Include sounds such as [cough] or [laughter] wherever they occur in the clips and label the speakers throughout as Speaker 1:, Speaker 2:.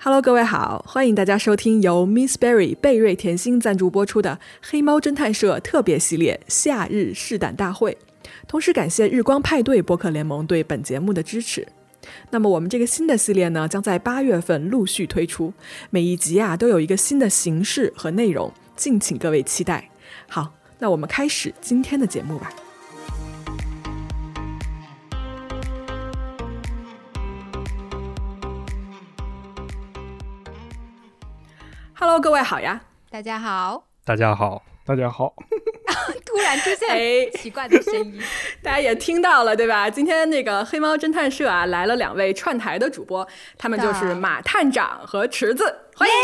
Speaker 1: Hello，各位好，欢迎大家收听由 Miss Berry 贝瑞甜心赞助播出的《黑猫侦探社》特别系列《夏日试胆大会》，同时感谢日光派对播客联盟对本节目的支持。那么我们这个新的系列呢，将在八月份陆续推出，每一集啊都有一个新的形式和内容，敬请各位期待。好，那我们开始今天的节目吧。Hello，各位好呀！
Speaker 2: 大家好，
Speaker 3: 大家好，
Speaker 4: 大家好，
Speaker 2: [laughs] 突然出现
Speaker 1: 哎，
Speaker 2: 奇怪的声 [laughs] 音，
Speaker 1: 大家也听到了对吧？今天那个黑猫侦探社啊，来了两位串台的主播，他们就是
Speaker 2: 的
Speaker 1: 马探长和池子，欢迎。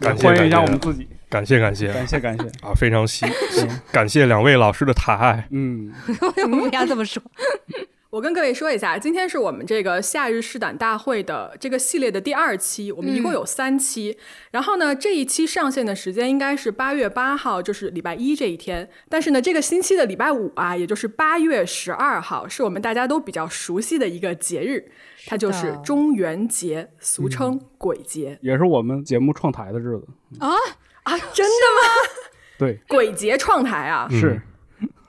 Speaker 3: 感谢
Speaker 4: 欢迎一下我们自己，
Speaker 3: 感谢感谢
Speaker 4: 感谢感谢，
Speaker 3: 啊，非常喜感谢两位老师的抬爱。
Speaker 4: [laughs] 嗯，
Speaker 2: 为什么要这么说？
Speaker 1: 我跟各位说一下，今天是我们这个夏日试胆大会的这个系列的第二期，我们一共有三期。然后呢，这一期上线的时间应该是八月八号，就是礼拜一这一天。但是呢，这个星期的礼拜五啊，也就是八月十二号，是我们大家都比较熟悉的一个节日，它就是嗯中元节，俗称鬼节、
Speaker 4: 也是我们节目创台的日子，
Speaker 1: 啊！真的吗？
Speaker 4: 对，
Speaker 1: 鬼节创台
Speaker 3: 嗯
Speaker 1: 啊！
Speaker 4: 是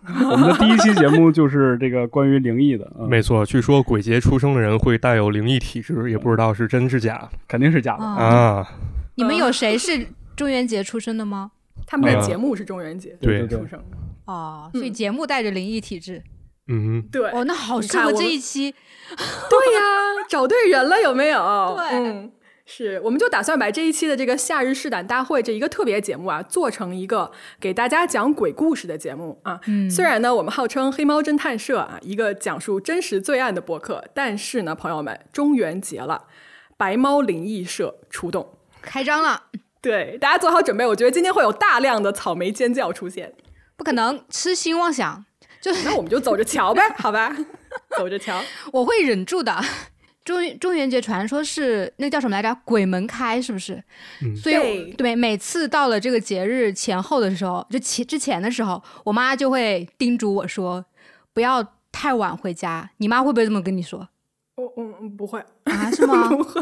Speaker 4: [laughs] 我们的第一期节目就是这个关于灵异的，嗯
Speaker 3: 没错，据说鬼节出生的人会带有灵异体质，也不知道是真是假
Speaker 4: 肯定是假的，
Speaker 2: 啊
Speaker 3: 啊。
Speaker 2: 你们有谁是中元节出生的吗？
Speaker 1: 他们的
Speaker 3: 嗯
Speaker 1: 节目是中元节
Speaker 3: 对
Speaker 4: 对啊对
Speaker 1: 出，生的，
Speaker 2: 哦，
Speaker 1: 嗯
Speaker 2: 所以节目带着灵异体质，
Speaker 3: 嗯，
Speaker 1: 对
Speaker 2: 哦，那好
Speaker 1: 你
Speaker 2: 适
Speaker 1: 看
Speaker 2: 合
Speaker 1: 我
Speaker 2: 这
Speaker 1: 们
Speaker 2: 一期。
Speaker 1: 对呀， [laughs] 找对人了，有没有？
Speaker 2: 对
Speaker 1: 嗯，是，我们就打算把这一期的这个夏日试胆大会这一个特别节目啊，做成一个给大家讲鬼故事的节目啊。
Speaker 2: 嗯
Speaker 1: 虽然呢，我们号称黑猫侦探社啊，一个讲述真实罪案的博客，但是呢，朋友们，中元节了，白猫灵异社出动。
Speaker 2: 开张了，
Speaker 1: 对，大家做好准备，我觉得今天会有大量的草莓尖叫出现，
Speaker 2: 不可能痴心妄想，就是
Speaker 1: 那我们就走着瞧呗，好
Speaker 2: [laughs]
Speaker 1: 吧？走着瞧。
Speaker 2: 我会忍住的。 [laughs] 中中元节传说是那叫什么来着？鬼门开是不是？
Speaker 3: 嗯
Speaker 2: 所以
Speaker 1: 对
Speaker 2: 对每次到了这个节日前后的时候，就前之前的时候，我妈就会叮嘱我说，不要太晚回家。你妈会不会这么跟你说
Speaker 1: 我嗯嗯，不会，
Speaker 2: 啊？是 [laughs] 吗？
Speaker 1: 不会。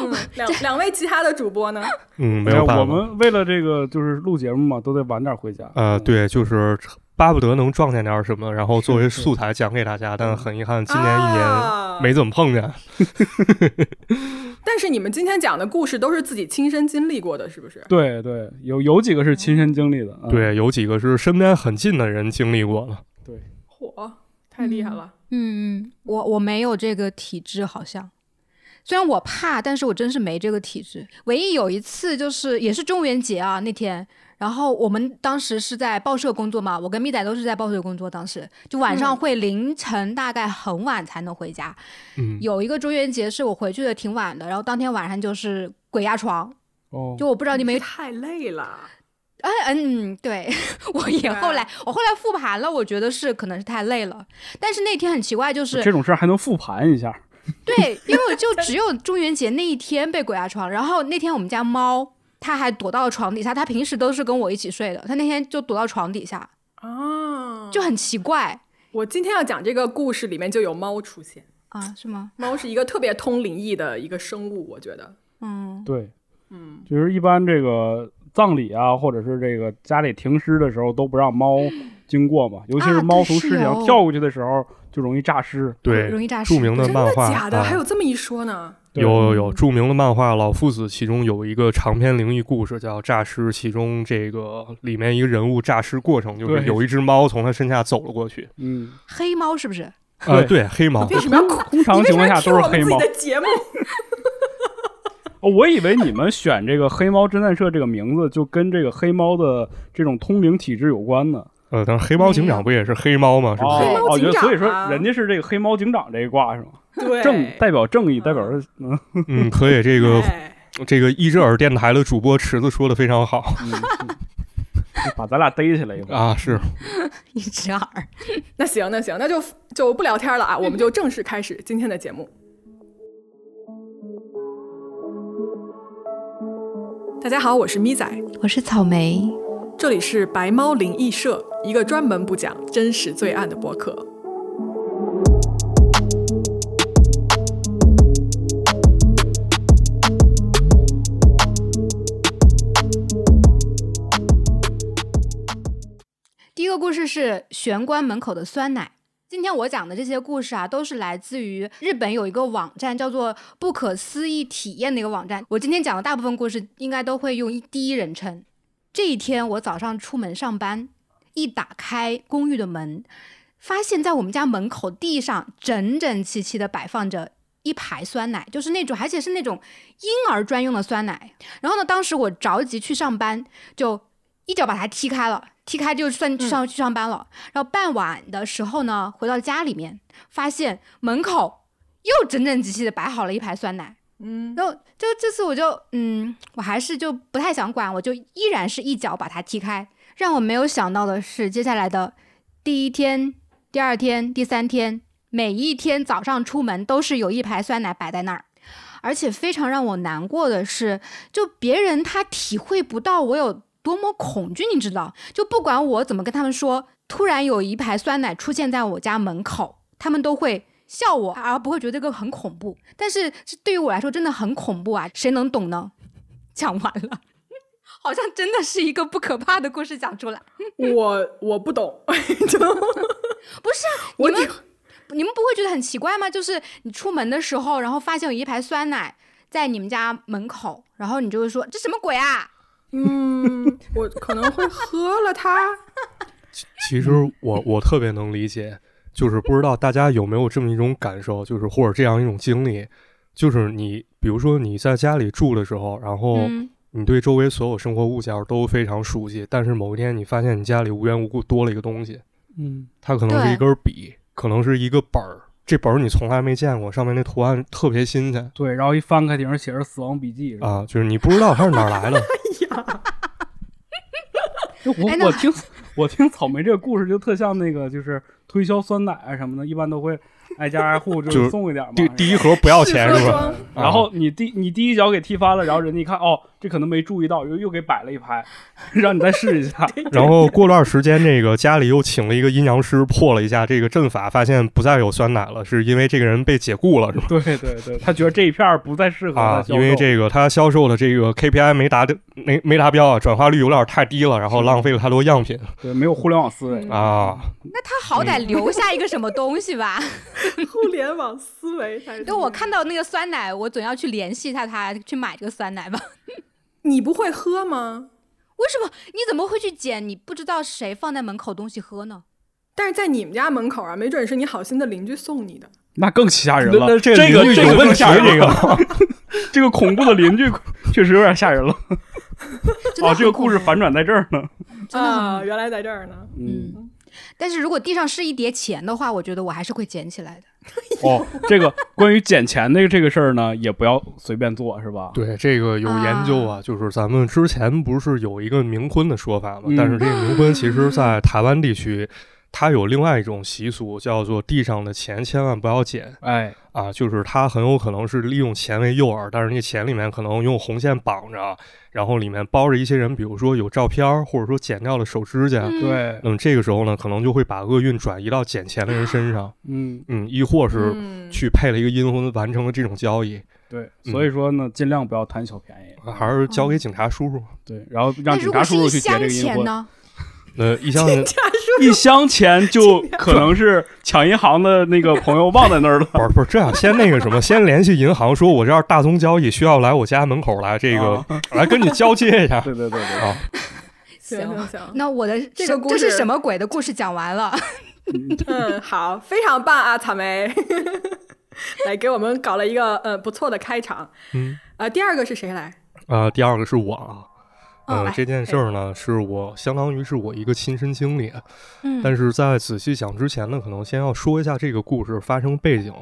Speaker 1: 嗯、 [laughs] 两两位其他的主播呢？
Speaker 3: 嗯，没
Speaker 4: 哎
Speaker 3: 有办法。
Speaker 4: 我们嗯为了这个就是录节目嘛，都得晚点回家，
Speaker 3: 呃，对，就是巴不得能撞见点儿什么，然后作为
Speaker 4: 是嗯
Speaker 3: 素材讲给大家，但很遗憾，今年一年
Speaker 1: 啊
Speaker 3: 没怎么碰见。
Speaker 1: 但是你们今天讲的故事都是自己亲身经历过的，是不是？
Speaker 4: 对对，有有几个是亲身经历的，嗯，
Speaker 3: 对，有几个是身边很近的人经历过了。
Speaker 1: 嚯，太厉害了！
Speaker 2: 嗯嗯，我我没有这个体质，好像。虽然我怕，但是我真是没这个体质。唯一有一次就是也是中元节啊那天，然后我们当时是在报社工作嘛，我跟蜜仔都是在报社工作，当时就晚上
Speaker 1: 嗯
Speaker 2: 会凌晨大概很晚才能回家。
Speaker 3: 嗯，
Speaker 2: 有一个中元节是我回去的挺晚的，然后当天晚上就是鬼压床，
Speaker 4: 哦，
Speaker 2: 就我不知道你们有
Speaker 1: 太累了，
Speaker 2: 哎嗯，对 [laughs] 我也后来我后来复盘了，我觉得是可能是太累了，但是那天很奇怪就是
Speaker 4: 这种事儿还能复盘一下，
Speaker 2: 对，因为我就只有中元节那一天被鬼压床，然后那天我们家猫它还躲到床底下，它平时都是跟我一起睡的，它那天就躲到床底下，
Speaker 1: 啊！
Speaker 2: 就很奇怪
Speaker 1: 我今天要讲这个故事里面就有猫出现，
Speaker 2: 啊，是吗？
Speaker 1: 猫是一个特别通灵异的一个生物，我觉得。
Speaker 2: 嗯，
Speaker 4: 对，
Speaker 1: 嗯，
Speaker 4: 就是一般这个葬礼啊，或者是这个家里停尸的时候都不让猫经过嘛，尤其
Speaker 2: 啊
Speaker 4: 是猫
Speaker 2: 对
Speaker 4: 从
Speaker 2: 是
Speaker 4: 尸体上
Speaker 2: 有
Speaker 4: 跳过去的时候就容易诈尸，
Speaker 3: 对，
Speaker 2: 容易诈
Speaker 3: 著
Speaker 2: 尸
Speaker 3: 名的
Speaker 1: 真
Speaker 3: 漫
Speaker 1: 的
Speaker 3: 画
Speaker 1: 假的？
Speaker 3: 啊
Speaker 1: 还有这么一说呢？
Speaker 4: 对
Speaker 3: 有有有，著名的漫画《老夫子》，其中有一个长篇灵异故事叫《诈尸》，其中这个里面一个人物诈尸过程就是
Speaker 4: 对
Speaker 3: 有一只猫从他身下走了过去。
Speaker 4: 嗯，
Speaker 2: 黑猫是不 [laughs] 是？
Speaker 3: 呃，
Speaker 4: 对
Speaker 3: 对，黑猫
Speaker 1: 为什么要
Speaker 4: 通常情况下都是
Speaker 1: 你为
Speaker 4: 黑
Speaker 1: 什么要听我们
Speaker 4: 猫
Speaker 1: 自。己的节目？
Speaker 4: 哦我以为你们选这个“黑猫侦探社”这个名字，就跟这个黑猫的这种通灵体质有关呢。
Speaker 3: 呃，但是黑猫警长不也是黑猫吗？是不
Speaker 4: 哦
Speaker 3: 是？
Speaker 1: 黑猫
Speaker 4: 哦，
Speaker 1: 警
Speaker 4: 觉
Speaker 1: 长啊
Speaker 4: 得所以说人家是这个黑猫警长这一卦是吗？
Speaker 1: [laughs] 对，
Speaker 4: 正代表正义，
Speaker 1: 嗯
Speaker 4: 代表是嗯
Speaker 3: 嗯，可以。这个
Speaker 1: 哎
Speaker 3: 这个一只耳电台的主播池子说的非常好
Speaker 4: 嗯，嗯把咱俩逮起来一会儿。
Speaker 3: 啊，是
Speaker 2: 一只耳。
Speaker 1: 那行，那行，那就就不聊天了啊，我
Speaker 2: 嗯
Speaker 1: 们就正式开始今天的节目。大家好，我是咪仔，
Speaker 2: 我是草莓，
Speaker 1: 这里是白猫灵异社，一个专门不讲真实罪案的播客。
Speaker 2: 个故事是玄关门口的酸奶。今天我讲的这些故事啊，都是来自于日本有一个网站叫做“不可思议体验”的一个网站。我今天讲的大部分故事应该都会用一第一人称。这一天我早上出门上班，一打开公寓的门，发现在我们家门口地上整整齐齐的摆放着一排酸奶，就是那种而且是那种婴儿专用的酸奶。然后呢，当时我着急去上班，就一脚把它踢开了，踢开就算去上、去上班了。然后傍晚的时候呢，回到家里面，发现门口又整整齐齐的摆好了一排酸奶。
Speaker 1: 嗯，
Speaker 2: 然后就这次我就嗯，我还是就不太想管，我就依然是一脚把它踢开。让我没有想到的是，接下来的第一天、第二天、第三天，每一天早上出门都是有一排酸奶摆在那儿。而且非常让我难过的是，就别人他体会不到我有多么恐惧，你知道？就不管我怎么跟他们说，突然有一排酸奶出现在我家门口，他们都会笑我，而不会觉得这个很恐怖。但是这对于我来说真的很恐怖啊，谁能懂呢？ [laughs] 讲完了， [laughs] 好像真的是一个不可怕的故事讲出来。
Speaker 1: 嗯我我不懂，就
Speaker 2: [laughs] 不是啊，你
Speaker 1: [laughs] 我
Speaker 2: 们
Speaker 1: 只
Speaker 2: 你们不会觉得很奇怪吗？就是你出门的时候，然后发现有一排酸奶在你们家门口，然后你就会说这什么鬼啊？
Speaker 1: 嗯，我可能会喝了它。
Speaker 3: 其实我我特别能理解，就是不知道大家有没有这么一种感受，就是或者这样一种经历，就是你比如说你在家里住的时候，然
Speaker 4: 哦
Speaker 3: 后
Speaker 2: 嗯，
Speaker 3: 你对周围所有生活物件都非常熟悉，但是某一天你发现你家里无缘无故多了一个东西，
Speaker 4: 嗯，
Speaker 3: 它可能是
Speaker 2: 对
Speaker 3: 一根笔，可能是一个本儿，这本儿你从来没见过，上面那图案特别新鲜
Speaker 4: 对，然后一翻开顶上写着《死亡笔记》
Speaker 3: 啊，就是你不知道它是哪儿来
Speaker 4: [laughs]
Speaker 3: 的。
Speaker 4: 就 [laughs] 我
Speaker 2: 哎那
Speaker 4: 我听我听草莓这个故事就特像那个就是推销酸奶啊什么的，一般都会挨家挨户
Speaker 3: 就
Speaker 4: 就是是送一点嘛。
Speaker 3: 第
Speaker 4: 是吧
Speaker 3: 第一盒不要钱
Speaker 1: 试
Speaker 3: 是
Speaker 1: 喝
Speaker 3: 吧？
Speaker 1: 装
Speaker 4: 然后你第你第一脚给踢翻了，然后人家一看哦，这可能没注意到，又又给摆了一排， [laughs] 让你再试一
Speaker 2: [laughs]
Speaker 4: 下。
Speaker 3: 然后过段时间，这个家里又请了一个阴阳师破了一下这个阵法，发现不再有酸奶了，是因为这个人被解雇了，是吧？
Speaker 4: 对对对，他觉得这一片儿不再适合他
Speaker 3: 啊，
Speaker 4: 销售。
Speaker 3: 因为这个他销售的这个 KPI 没达没没达标啊，转化率有点太低了，然后浪费了太多样品
Speaker 4: 对没有互联网思
Speaker 2: 嗯
Speaker 4: 维，
Speaker 3: 啊。
Speaker 2: 那他好歹
Speaker 4: 嗯 [laughs]
Speaker 2: 留下一个什么东西吧？ [laughs]
Speaker 1: 互联网思维才是。
Speaker 2: 就我，看到那个酸奶，我总要去联系一下他去买这个酸奶吧？ [laughs]
Speaker 1: 你不会喝吗？
Speaker 2: 为什么？你怎么会去捡你不知道谁放在门口东西喝呢？
Speaker 1: 但是在你们家门口啊，没准是你好心的邻居送你的。
Speaker 4: 那更吓人
Speaker 3: 那
Speaker 4: 了。
Speaker 3: 那
Speaker 4: 这
Speaker 3: 邻
Speaker 4: 个
Speaker 3: 居
Speaker 4: 这
Speaker 3: 有
Speaker 4: 个
Speaker 3: 问
Speaker 4: 更
Speaker 3: 题，啊
Speaker 4: 吓人
Speaker 3: 这
Speaker 4: 了
Speaker 3: 个
Speaker 4: [laughs] 这个恐怖的邻居 [laughs] 确实有点吓人了。
Speaker 2: 真的
Speaker 4: 哦，
Speaker 2: 很
Speaker 4: 这个故事
Speaker 2: 恐怖
Speaker 4: 反转在这儿呢。
Speaker 2: 真的很
Speaker 1: 啊，原来在这儿呢。
Speaker 4: 嗯，
Speaker 2: 嗯，但是如果地上是一叠钱的话，我觉得我还是会捡起来的。
Speaker 4: [laughs] 哦，这个关于捡钱的这个事儿呢，也不要随便做，是吧？
Speaker 3: 对这个有研究啊，就是咱们之前不是有一个冥婚的说法嘛，
Speaker 4: 嗯
Speaker 3: 但是这个冥婚其实在台湾地区，它有另外一种习俗，叫做地上的钱千万不要捡。
Speaker 4: 哎，
Speaker 3: 啊，就是它很有可能是利用钱为诱饵，但是那钱里面可能用红线绑着，然后里面包着一些人，比如说有照片儿，或者说剪掉了手指甲。
Speaker 2: 嗯，
Speaker 4: 啊对，
Speaker 3: 那么这个时候呢，可能就会把厄运转移到捡钱的人身
Speaker 4: [laughs]
Speaker 3: 上，
Speaker 4: 嗯，
Speaker 3: 嗯，亦或是
Speaker 1: 嗯，
Speaker 3: 去配了一个阴婚完成了这种交易，
Speaker 4: 对，
Speaker 3: 嗯啊
Speaker 4: 所以说呢，尽量不要贪小便宜。
Speaker 3: 还是交给警察叔叔。
Speaker 4: 对，然后
Speaker 2: 那
Speaker 4: 让
Speaker 2: 如
Speaker 4: 警
Speaker 2: 果
Speaker 4: 察
Speaker 2: 是
Speaker 4: 叔叔
Speaker 2: 一
Speaker 4: 去结这
Speaker 2: 箱
Speaker 4: 个阴
Speaker 2: 钱
Speaker 4: 婚。
Speaker 2: 呢？
Speaker 3: 呃，一箱
Speaker 1: 警察叔
Speaker 4: 一箱钱
Speaker 2: [laughs]
Speaker 4: 就可能是抢银行的那个朋友忘在那儿了。 [laughs]
Speaker 3: 不是不是这样，先那个什么，先联系银行，说我这儿大宗交易需要来我家门口来，这个、 [laughs] 来跟你交接一下
Speaker 4: 对对对对，
Speaker 3: 啊。
Speaker 1: 行行行，
Speaker 2: 那我的
Speaker 1: 这
Speaker 2: 什
Speaker 1: 个故
Speaker 2: 这是
Speaker 1: 事
Speaker 2: 什么鬼的故事讲完了？
Speaker 1: 嗯，好，非常棒啊，草 [laughs] 莓，来给我们搞了一个呃不错的开场。
Speaker 3: 嗯，
Speaker 1: 呃，第二个是谁来？
Speaker 3: 呃，第二个是我啊，
Speaker 2: 哦
Speaker 3: 呃，
Speaker 2: 来
Speaker 3: 这件事儿呢，是我相当于是我一个亲身经历，
Speaker 2: 嗯
Speaker 3: 但是在仔细讲之前呢，可能先要说一下这个故事发生背景。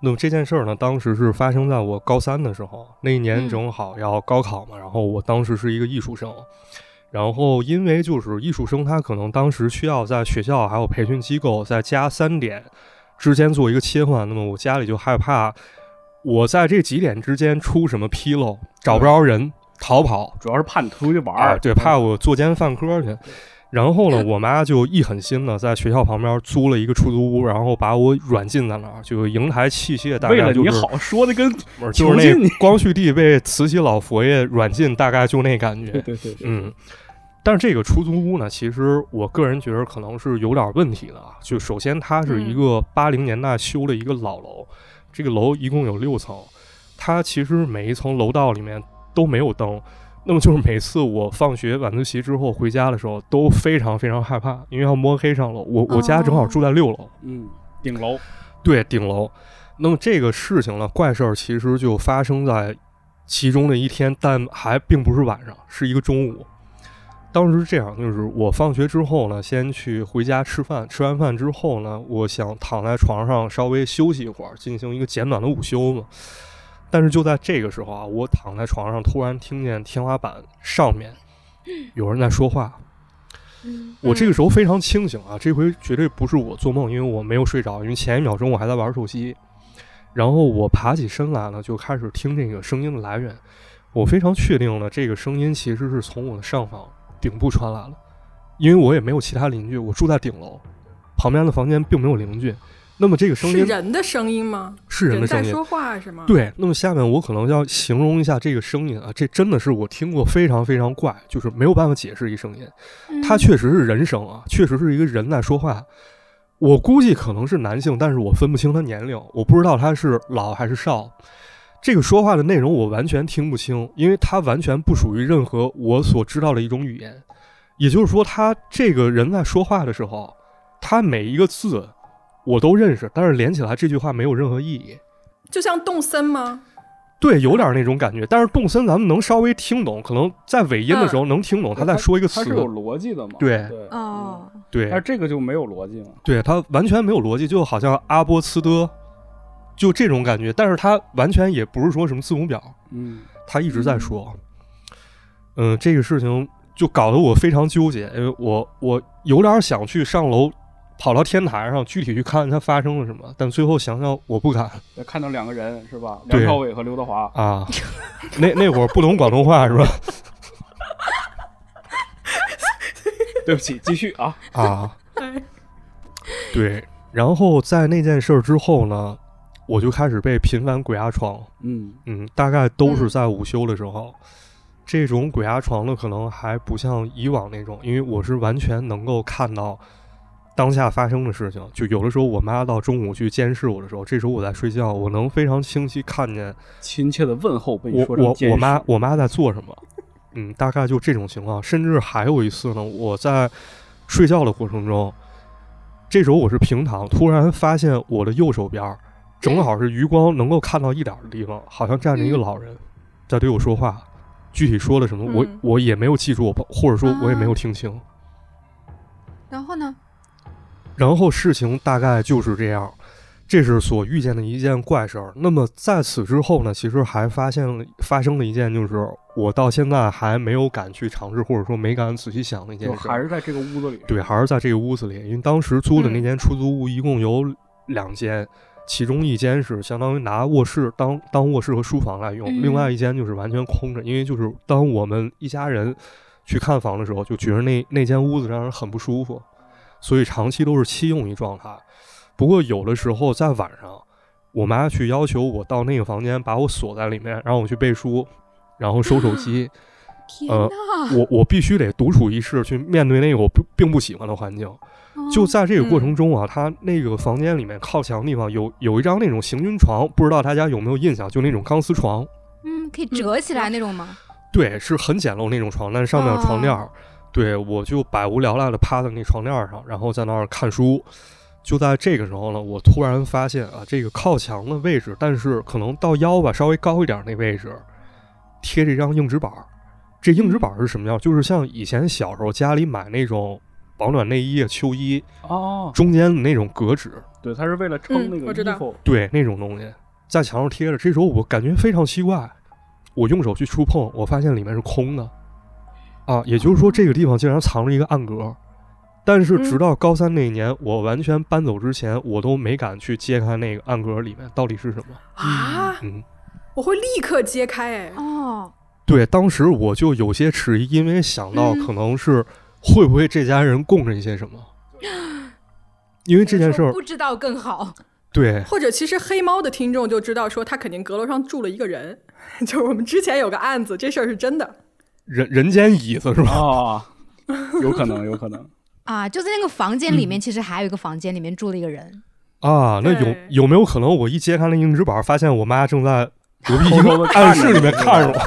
Speaker 3: 那么这件事儿呢，当时是发生在我高三的时候，那一年
Speaker 2: 嗯
Speaker 3: 正好要高考嘛，然后我当时是一个艺术生，然后因为就是艺术生他可能当时需要在学校还有培训机构在加三点之间做一个切换，那么我家里就害怕我在这几点之间出什么纰漏，找不着人，逃跑，
Speaker 4: 主要是怕你出去玩
Speaker 3: 啊，
Speaker 4: 儿，嗯
Speaker 3: 对，怕我作奸犯科去。然后呢，我妈就一狠心呢，在学校旁边租了一个出租屋，然后把我软禁在那儿，就营台器械大
Speaker 4: 为了
Speaker 3: 概就
Speaker 4: 你
Speaker 3: 是
Speaker 4: 好，说的跟
Speaker 3: 不是就是
Speaker 4: 囚禁
Speaker 3: 那
Speaker 4: 你
Speaker 3: 光绪帝被慈禧老佛爷软禁，大概就那感觉。
Speaker 4: 对对对，
Speaker 3: 嗯，但是这个出租屋呢，其实我个人觉得可能是有点问题的啊。就首先它是一个八零年代修的一个老楼，这个楼一共有六层，它其实每一层楼道里面都没有灯。那么就是每次我放学晚自习之后回家的时候，都非常非常害怕，因为要摸黑上楼。我我家正好住在六楼，
Speaker 4: 嗯，顶楼，
Speaker 3: 对顶楼。那么这个事情呢，怪事儿其实就发生在其中的一天，但还并不是晚上，是一个中午。当时是这样，就是我放学之后呢，先去回家吃饭，吃完饭之后呢，我想躺在床上稍微休息一会儿，进行一个简短的午休嘛。但是就在这个时候啊，我躺在床上，突然听见天花板上面有人在说话。
Speaker 2: 嗯
Speaker 1: 嗯
Speaker 3: 我这个时候非常清醒啊，这回绝对不是我做梦，因为我没有睡着，因为前一秒钟我还在玩手机。然后我爬起身来呢，就开始听这个声音的来源。我非常确定了，这个声音其实是从我的上方顶部传来了，因为我也没有其他邻居，我住在顶楼，旁边的房间并没有邻居。那么这个声
Speaker 1: 是
Speaker 3: 音
Speaker 1: 人的声音吗？
Speaker 3: 是人的声
Speaker 1: 在
Speaker 3: 音，
Speaker 1: 说话是吗？，
Speaker 3: 对，那么下面我可能要形容一下这个声音啊，这真的是我听过非常非常怪，就是没有办法解释一声音。
Speaker 1: 嗯
Speaker 3: 它确实是人声啊，确实是一个人在说话。我估计可能是男性，但是我分不清他年龄，我不知道他是老还是少。这个说话的内容我完全听不清，因为它完全不属于任何我所知道的一种语言。也就是说，他这个人在说话的时候，他每一个字我都认识，但是连起来这句话没有任何意义。
Speaker 1: 就像动森吗？
Speaker 3: 对，有点那种感觉。但是动森咱们能稍微听懂，可能在尾音的时候能听懂他在说一个
Speaker 4: 它
Speaker 3: 词。
Speaker 4: 是有逻辑的嘛？
Speaker 3: 对
Speaker 4: 对，
Speaker 2: [laughs]
Speaker 4: 嗯
Speaker 2: 哦，
Speaker 4: 但是
Speaker 3: 对，
Speaker 4: 这个就没有逻辑了。
Speaker 3: 对，他完全没有逻辑，就好像阿波茨的，就这种感觉。但是他完全也不是说什么字母表，
Speaker 4: 嗯，
Speaker 3: 他一直在说。嗯、这个事情就搞得我非常纠结，因为我我有点想去上楼，跑到天台上具体去看它发生了什么，但最后想想我不敢
Speaker 4: 再看到两个人是吧？
Speaker 3: 对
Speaker 4: 梁朝伟和刘德华，
Speaker 3: 啊。那那会儿不懂广东话是吧？
Speaker 4: 对不起，继续啊。
Speaker 3: 啊，对。然后在那件事儿之后呢，我就开始被频繁鬼压床。
Speaker 4: 嗯，
Speaker 3: 嗯，大概都是
Speaker 2: 嗯
Speaker 3: 在午休的时候。这种鬼压床的可能还不像以往那种，因为我是完全能够看到当下发生的事情。就有的时候我妈到中午去监视我的时候，这时候我在睡觉，我能非常清晰看见
Speaker 4: 亲切的问候被你
Speaker 3: 我
Speaker 4: 说成
Speaker 3: 我
Speaker 4: 监
Speaker 3: 我
Speaker 4: 视
Speaker 3: 妈我妈在做什么？嗯，大概就这种情况。甚至还有一次呢，我在睡觉的过程中，这时候我是平躺，突然发现我的右手边儿正好是余光能够看到一点儿的地方，好像站着一个
Speaker 2: 嗯
Speaker 3: 老人在对我说话。具体说了什么，我
Speaker 1: 嗯
Speaker 3: 我也没有记住，我或者说我也没有
Speaker 2: 啊
Speaker 3: 听清。
Speaker 2: 然后呢？
Speaker 3: 然后事情大概就是这样，这是所遇见的一件怪事儿。那么在此之后呢，其实还发现了发生了一件，就是我到现在还没有敢去尝试，或者说没敢仔细想的一件
Speaker 4: 就
Speaker 3: 事
Speaker 4: 还
Speaker 3: 儿。
Speaker 4: 是在这个屋子里。
Speaker 3: 对，还是在这个屋子里，因为当时租的那
Speaker 2: 嗯
Speaker 3: 间出租屋一共有两间，其中一间是相当于拿卧室当当卧室和书房来用，
Speaker 2: 嗯
Speaker 3: 另外一间就是完全空着，因为就是当我们一家人去看房的时候，就觉得那那间屋子让人很不舒服，所以长期都是七用一状态。不过有的时候在晚上，我妈去要求我到那个房间把我锁在里面，让我去背书，然后收手机。
Speaker 2: [laughs] 天
Speaker 3: 呃
Speaker 2: 哪！
Speaker 3: 我我必须得独处一室去面对那个我并并不喜欢的环境。
Speaker 2: 嗯
Speaker 3: 就
Speaker 2: 哦
Speaker 3: 在这个过程中啊，他那个房间里面靠墙的地方有有一张那种行军床，不知道大家有没有印象？就那种钢丝床，
Speaker 2: 嗯，可以折起来那种吗？
Speaker 3: 对，是很简陋那种床，但是上面有床垫儿。对，我就百无聊赖的趴在那床垫儿上，然后在那儿看书。就在这个时候呢，我突然发现啊，这个靠墙的位置，但是可能到腰吧，稍微高一点儿那位置，贴着一张硬纸板儿。这硬纸板儿是什么样？就是像以前小时候家里买那种保暖内衣、啊、秋衣
Speaker 4: 哦，
Speaker 3: 中间的那种格纸，
Speaker 4: 对，他是为了撑
Speaker 1: 嗯
Speaker 4: 那个
Speaker 1: 我知
Speaker 4: 衣
Speaker 1: 道
Speaker 4: 服。
Speaker 3: 对，那种东西在墙上贴着。这时候我感觉非常奇怪，我用手去触碰，我发现里面是空的，啊，也就是说这个地方竟然藏着一个暗格。但是直
Speaker 1: 嗯
Speaker 3: 到高三那一年，我完全搬走之前，我都没敢去揭开那个暗格里面到底是什么。
Speaker 1: 啊，
Speaker 3: 嗯，
Speaker 1: 我会立刻揭开哎。
Speaker 2: 哦，
Speaker 3: 对，当时我就有些迟疑，因为想到
Speaker 2: 嗯
Speaker 3: 可能是会不会这家人供着一些什么，
Speaker 2: 啊
Speaker 3: 因为这件事儿，
Speaker 2: 不知道更好。
Speaker 3: 对，
Speaker 1: 或者其实黑猫的听众就知道，说他肯定阁楼上住了一个人， [laughs] 就是我们之前有个案子，这事儿是真的。
Speaker 3: 人人间椅子是吧？
Speaker 4: 啊，有可能，有
Speaker 3: [laughs]
Speaker 4: 可能。
Speaker 2: [laughs] 啊，就在那个房间里
Speaker 4: 嗯
Speaker 2: 面，其实还有一个房间里面住了一个人，
Speaker 3: 啊，那有
Speaker 1: 对
Speaker 3: 有没有可能我一揭开那硬纸板，发现我妈正在隔壁一
Speaker 4: 偷偷
Speaker 3: 个
Speaker 4: 地
Speaker 3: 暗
Speaker 4: 看着
Speaker 3: 室里面
Speaker 4: 你
Speaker 3: 看着我？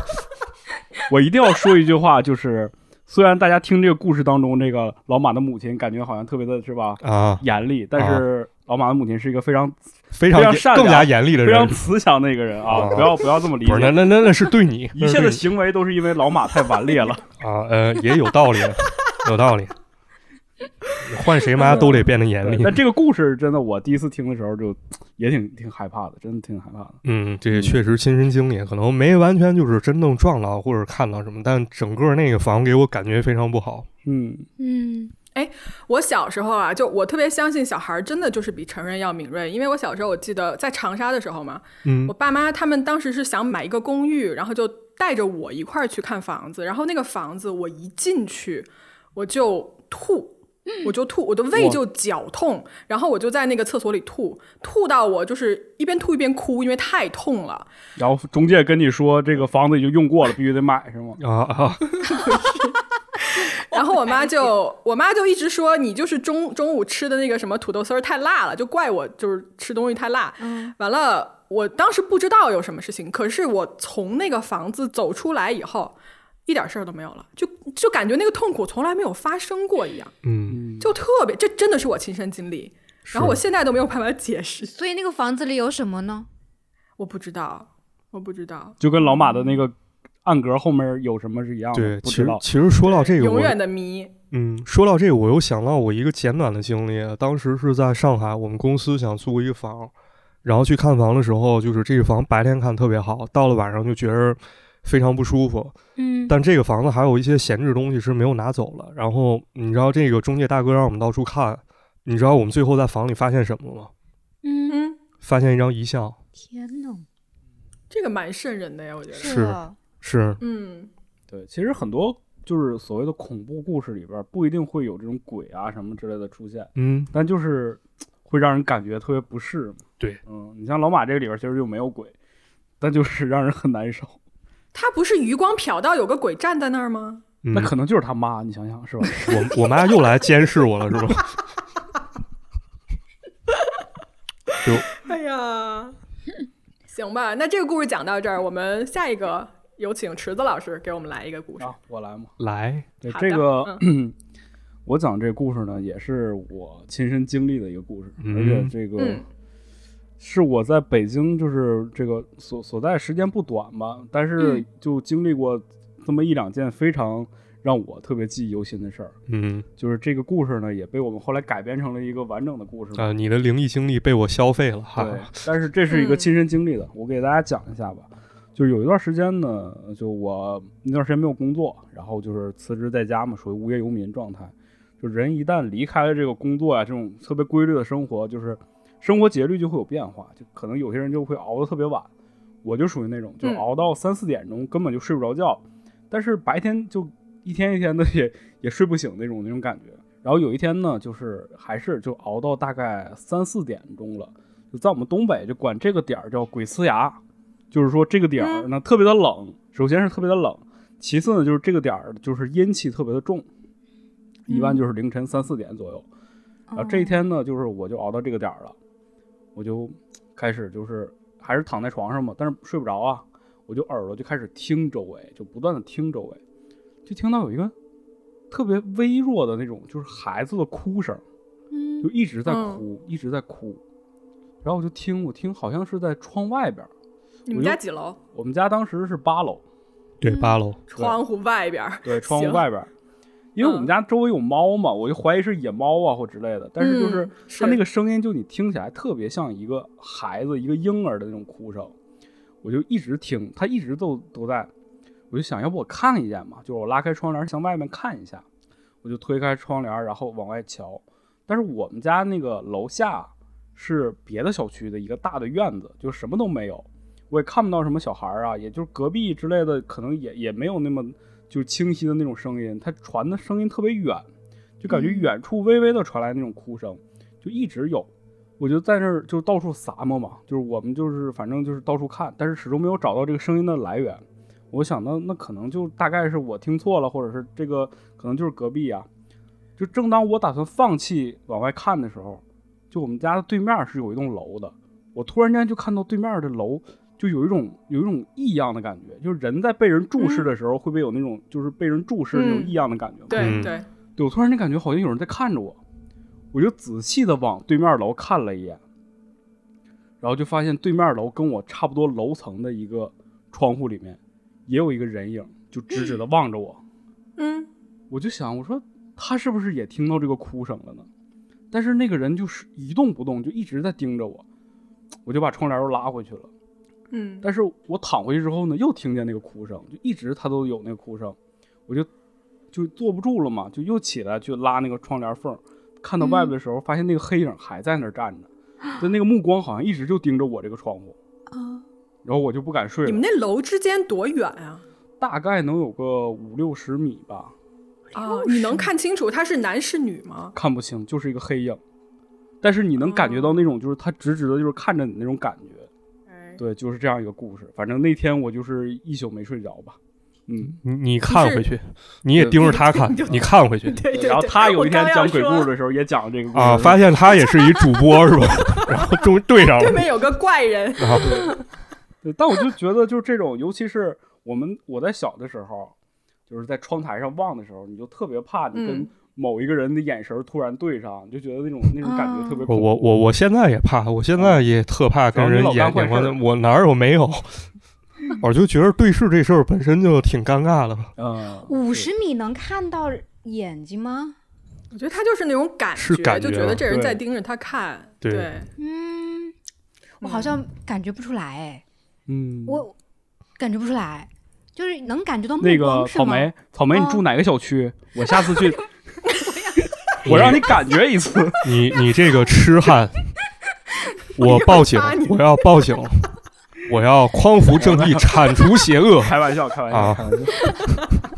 Speaker 4: [laughs] 我一定要说一句话，就是虽然大家听这个故事当中，这个老马的母亲感觉好像特别的是吧
Speaker 3: 啊，
Speaker 4: 严厉，但是老马的母亲是一个非常
Speaker 3: 非
Speaker 4: 非常
Speaker 3: 常
Speaker 4: 善
Speaker 3: 严更加
Speaker 4: 良
Speaker 3: 严厉的
Speaker 4: 非常
Speaker 3: 人，
Speaker 4: 慈祥的一个人啊
Speaker 3: 啊！
Speaker 4: 不要不要这么理
Speaker 3: 不是那
Speaker 4: 解，
Speaker 3: 那那那是对你，
Speaker 4: 一
Speaker 3: 那是
Speaker 4: 切
Speaker 3: 对
Speaker 4: 的
Speaker 3: 你
Speaker 4: 行为都是因为老马太顽劣了。
Speaker 3: 啊，呃，也有道理，
Speaker 4: [laughs]
Speaker 3: 有道理。换谁妈都得变得严
Speaker 4: 对
Speaker 3: 厉。
Speaker 4: 但这个故事真的，我第一次听的时候就也挺挺害怕的，真的挺害怕的。
Speaker 3: 嗯，这个确实亲身经历，可能没完全就是真正撞到或者看到什么，但整个那个房给我感觉非常不好。
Speaker 4: 嗯，
Speaker 2: 嗯，
Speaker 1: 我小时候啊，就我特别相信小孩儿真的就是比成人要敏锐，因为我小时候我记得在长沙的时候嘛，
Speaker 3: 嗯
Speaker 1: 我爸妈他们当时是想买一个公寓，然后就带着我一块儿去看房子，然后那个房子我一进去我就吐。我就吐，我的胃
Speaker 4: 哇
Speaker 1: 就绞痛，然后我就在那个厕所里吐，吐到我就是一边吐一边哭，因为太痛了。
Speaker 4: 然后中介跟你说这个房子已经用过了，必须得买，是吗？
Speaker 3: 啊啊，
Speaker 1: 然后我妈就，我妈就一直说你就是中中午吃的那个什么土豆丝儿太辣了，就怪我就是吃东西太辣。
Speaker 2: 嗯
Speaker 1: 完了，我当时不知道有什么事情，可是我从那个房子走出来以后，一点事儿都没有了，就就感觉那个痛苦从来没有发生过一样，
Speaker 3: 嗯，
Speaker 1: 就特别，这真的是我亲身经历。然后我
Speaker 3: 是
Speaker 1: 现在都没有办法解释，
Speaker 2: 所以那个房子里有什么呢？
Speaker 1: 我不知道，我不知道，
Speaker 4: 就跟老马的那个暗格后面有什么是一样的，
Speaker 3: 对，
Speaker 4: 不
Speaker 3: 其
Speaker 4: 知
Speaker 3: 实
Speaker 4: 道。
Speaker 3: 其实说到这个，
Speaker 1: 永
Speaker 3: 我
Speaker 1: 远的迷。
Speaker 3: 嗯，说到这个，我又想到我一个简短的经历。啊当时是在上海，我们公司想租一个房，然后去看房的时候，就是这个房白天看特别好，到了晚上就觉着非常不舒服。
Speaker 2: 嗯，
Speaker 3: 但这个房子还有一些闲置东西是没有拿走了。然后你知道这个中介大哥让我们到处看，你知道我们最后在房里发现什么了吗？
Speaker 2: 嗯，
Speaker 1: 嗯，
Speaker 3: 发现一张遗像，
Speaker 2: 天呐，
Speaker 1: 这个蛮瘆人的呀，我觉得。
Speaker 3: 是
Speaker 2: 啊
Speaker 3: 是
Speaker 1: 嗯，
Speaker 4: 对，其实很多就是所谓的恐怖故事里边，不一定会有这种鬼啊什么之类的出现，
Speaker 3: 嗯，
Speaker 4: 但就是会让人感觉特别不适嘛。
Speaker 3: 对，
Speaker 4: 嗯，你像老马这个里边其实就没有鬼，但就是让人很难受。
Speaker 1: 他不是余光瞟到有个鬼站在那儿吗？
Speaker 3: 嗯
Speaker 4: 那可能就是他妈，你想想是吧？ [laughs]
Speaker 3: 我我妈又来监视我了，是吧？就
Speaker 1: [laughs] 哎呀，行吧，那这个故事讲到这儿，我们下一个有请池子老师给我们来一个故事。
Speaker 4: 啊，我来嘛。
Speaker 3: 来，
Speaker 4: 对
Speaker 1: 好的
Speaker 4: 这个，
Speaker 1: 嗯
Speaker 4: [clears throat] 我讲这个故事呢，也是我亲身经历的一个故事，
Speaker 3: 嗯
Speaker 4: 而且这个、
Speaker 1: 嗯
Speaker 4: 是我在北京，就是这个所所在时间不短吧，但是
Speaker 1: 嗯
Speaker 4: 就经历过这么一两件非常让我特别记忆犹新的事儿。
Speaker 3: 嗯
Speaker 4: 就是这个故事呢，也被我们后来改编成了一个完整的故事嘛。
Speaker 3: 啊、你的灵异经历被我消费了，哈
Speaker 4: 对，但是这是一个
Speaker 1: 嗯
Speaker 4: 亲身经历的，我给大家讲一下吧。就是有一段时间呢，就我那段时间没有工作，然后就是辞职在家嘛，属于无业游民状态。就人一旦离开了这个工作啊呀、这种特别规律的生活，就是生活节律就会有变化。就可能有些人就会熬得特别晚，我就属于那种，就
Speaker 1: 嗯
Speaker 4: 熬到三四点钟根本就睡不着觉，但是白天就一天一天的也也睡不醒那种那种感觉。然后有一天呢，就是还是就熬到大概三四点钟了，就在我们东北就管这个点儿叫鬼呲牙，就是说这个点儿呢特别的冷，首先是特别的冷，其次呢就是这个点儿就是阴气特别的重，一般就是凌晨三四点左右。然后这
Speaker 1: 哦
Speaker 4: 一天呢，就是我就熬到这个点儿了，我就开始就是还是躺在床上嘛，但是睡不着啊，我就耳朵就开始听周围，就不断的听周围，就听到有一个特别微弱的那种就是孩子的哭声，
Speaker 2: 嗯
Speaker 4: 就一直在
Speaker 1: 嗯
Speaker 4: 哭，一直在哭。然后我就听，我听好像是在窗外边儿，
Speaker 1: 你们家几楼？
Speaker 4: 我们家当时是八楼，
Speaker 3: 对，
Speaker 2: 嗯
Speaker 3: 八楼，
Speaker 1: 窗户外边儿。 [laughs]
Speaker 4: 对，窗户
Speaker 1: 行
Speaker 4: 外边儿，因为我们
Speaker 1: 嗯
Speaker 4: 家周围有猫嘛，我就怀疑是野猫啊或之类的，但是就是。
Speaker 1: 嗯
Speaker 4: 他那个声音就你听起来特别像一个孩子、一个婴儿的那种哭声，我就一直听，他一直都都在，我就想要不我看一眼嘛，就是我拉开窗帘向外面看一下，我就推开窗帘，然后往外瞧，但是我们家那个楼下是别的小区的一个大的院子，就什么都没有，我也看不到什么小孩儿啊，也就是隔壁之类的，可能也也没有那么就是清晰的那种声音，它传的声音特别远，就感觉
Speaker 2: 嗯
Speaker 4: 远处微微的传来那种哭声，就一直有。我就在那儿就到处撒嘛嘛，就是我们就是反正就是到处看，但是始终没有找到这个声音的来源。我想到那可能就大概是我听错了，或者是这个可能就是隔壁啊。就正当我打算放弃往外看的时候，就我们家的对面是有一栋楼的，我突然间就看到对面的楼就有一种有一种异样的感觉，就是人在被人注视的时候，会不会有那种就是被人注视的那种
Speaker 1: 嗯
Speaker 4: 异样的感觉吗？
Speaker 3: 嗯
Speaker 1: 对对，
Speaker 4: 对，我突然间感觉好像有人在看着我，我就仔细的往对面楼看了一眼，然后就发现对面楼跟我差不多楼层的一个窗户里面也有一个人影，就直直的望着我。
Speaker 1: 嗯，
Speaker 4: 我就想，我说他是不是也听到这个哭声了呢？但是那个人就是一动不动，就一直在盯着我。我就把窗帘又拉回去了，
Speaker 1: 嗯，
Speaker 4: 但是我躺回去之后呢，又听见那个哭声，就一直他都有那个哭声，我就就坐不住了嘛，就又起来去拉那个窗帘缝儿，看到外边的时候，发现那个黑影还在那
Speaker 1: [gasps]
Speaker 4: 儿站着，就那个目光好像一直就盯着我这个窗户，
Speaker 2: 哦
Speaker 1: 啊，
Speaker 4: 然后我就不敢睡
Speaker 1: 你们
Speaker 4: 了，
Speaker 1: 那楼之间多远啊？
Speaker 4: 大概能有个五六十米吧，哎
Speaker 1: 啊，你能看清楚他是男是女吗？
Speaker 4: 看不清，就是一个黑影，但是你能感觉到那种就是他直直的，就是看着你那种感觉，
Speaker 1: 哎
Speaker 4: 对，就是这样一个故事。反正那天我就是一宿没睡着吧，嗯。
Speaker 3: 你你看
Speaker 1: 是
Speaker 3: 回去，你也
Speaker 4: 对
Speaker 3: 盯着他看，你看
Speaker 1: [laughs]
Speaker 3: 回去
Speaker 1: 对对对，哎
Speaker 4: 然后他有一天
Speaker 1: 我刚要
Speaker 4: 讲鬼故
Speaker 1: 说
Speaker 4: 事的时候也讲了这个故事
Speaker 3: 啊，发现他也是一主播是吧？然后终于对上
Speaker 1: 对
Speaker 3: 了，
Speaker 1: 面有个怪
Speaker 4: [laughs]
Speaker 1: 人，
Speaker 3: 然后
Speaker 4: 对，但我就觉得就是这种，尤其是我们我在小的时候，就是在窗台上望的时候，你就特别怕你跟
Speaker 1: 嗯
Speaker 4: 某一个人的眼神突然对上，你就觉得那种那种感
Speaker 1: 啊
Speaker 4: 觉特别
Speaker 3: 我
Speaker 4: 恐怖。
Speaker 3: 我我我现在也怕，我现在也特怕跟人
Speaker 4: 主
Speaker 3: 眼
Speaker 4: 要哦你老干
Speaker 3: 眼
Speaker 4: 坏
Speaker 3: 光
Speaker 4: 事
Speaker 3: 的，我哪儿有没有？ [laughs] 我就觉得对视这事儿本身就挺尴尬的吧，
Speaker 4: 嗯，
Speaker 2: 五
Speaker 4: 是
Speaker 2: 十米能看到眼睛吗？
Speaker 1: 我觉得他就是那种感
Speaker 3: 是感觉
Speaker 1: 就觉得这人
Speaker 4: 对
Speaker 1: 在盯着他看。
Speaker 3: 对
Speaker 1: 对，
Speaker 2: 嗯，我好像感觉不出来哎，
Speaker 4: 嗯，
Speaker 2: 我感觉不出来，就是能感觉
Speaker 1: 哦
Speaker 2: 到目
Speaker 4: 那个
Speaker 2: 光是
Speaker 4: 草
Speaker 2: 吗？
Speaker 4: 莓，草莓，你住
Speaker 2: 啊
Speaker 4: 哪个小区？我下次
Speaker 3: [laughs]
Speaker 4: 去，我让你感觉一次。
Speaker 3: 你你这个痴汉，我报警
Speaker 1: [laughs] 我一会儿发你，
Speaker 3: 我要报警，我要匡扶正义，铲除邪恶。
Speaker 4: 开玩笑，开玩笑，
Speaker 3: 啊
Speaker 4: 开玩笑。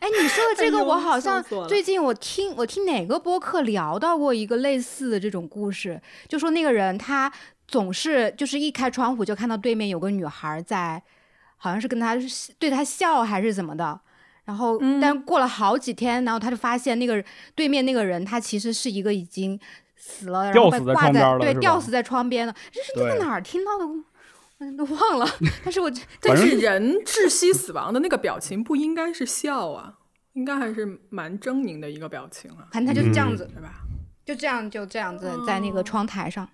Speaker 2: 哎，你说的这
Speaker 1: 哎
Speaker 2: 个
Speaker 1: 呦
Speaker 2: 我好像
Speaker 1: 笑死我了
Speaker 2: 最近我听我听哪个播客聊到过一个类似的这种故事，就说那个人他总是就是一开窗户就看到对面有个女孩在，好像是跟他对他笑还是怎么的。然后，
Speaker 4: 嗯
Speaker 2: 但过了好几天，然后他就发现那个对面那个人，他其实是一个已经死了，然后
Speaker 4: 吊
Speaker 2: 被
Speaker 4: 死在
Speaker 2: 挂
Speaker 4: 窗边了
Speaker 2: 对
Speaker 4: 是吧
Speaker 2: 吊死在窗边了。这是这
Speaker 4: 对
Speaker 2: 个哪儿听到的？嗯，都忘了。 [laughs] 但是我这
Speaker 1: 但
Speaker 4: 反正
Speaker 1: 是人窒息死亡的那个表情不应该是笑啊，应该还是蛮狰狞的一个表情啊，
Speaker 2: 反正他就是这样
Speaker 3: 嗯
Speaker 2: 子，
Speaker 1: 对吧？
Speaker 2: 就这样就这样
Speaker 4: 哦
Speaker 2: 子在那个窗台上。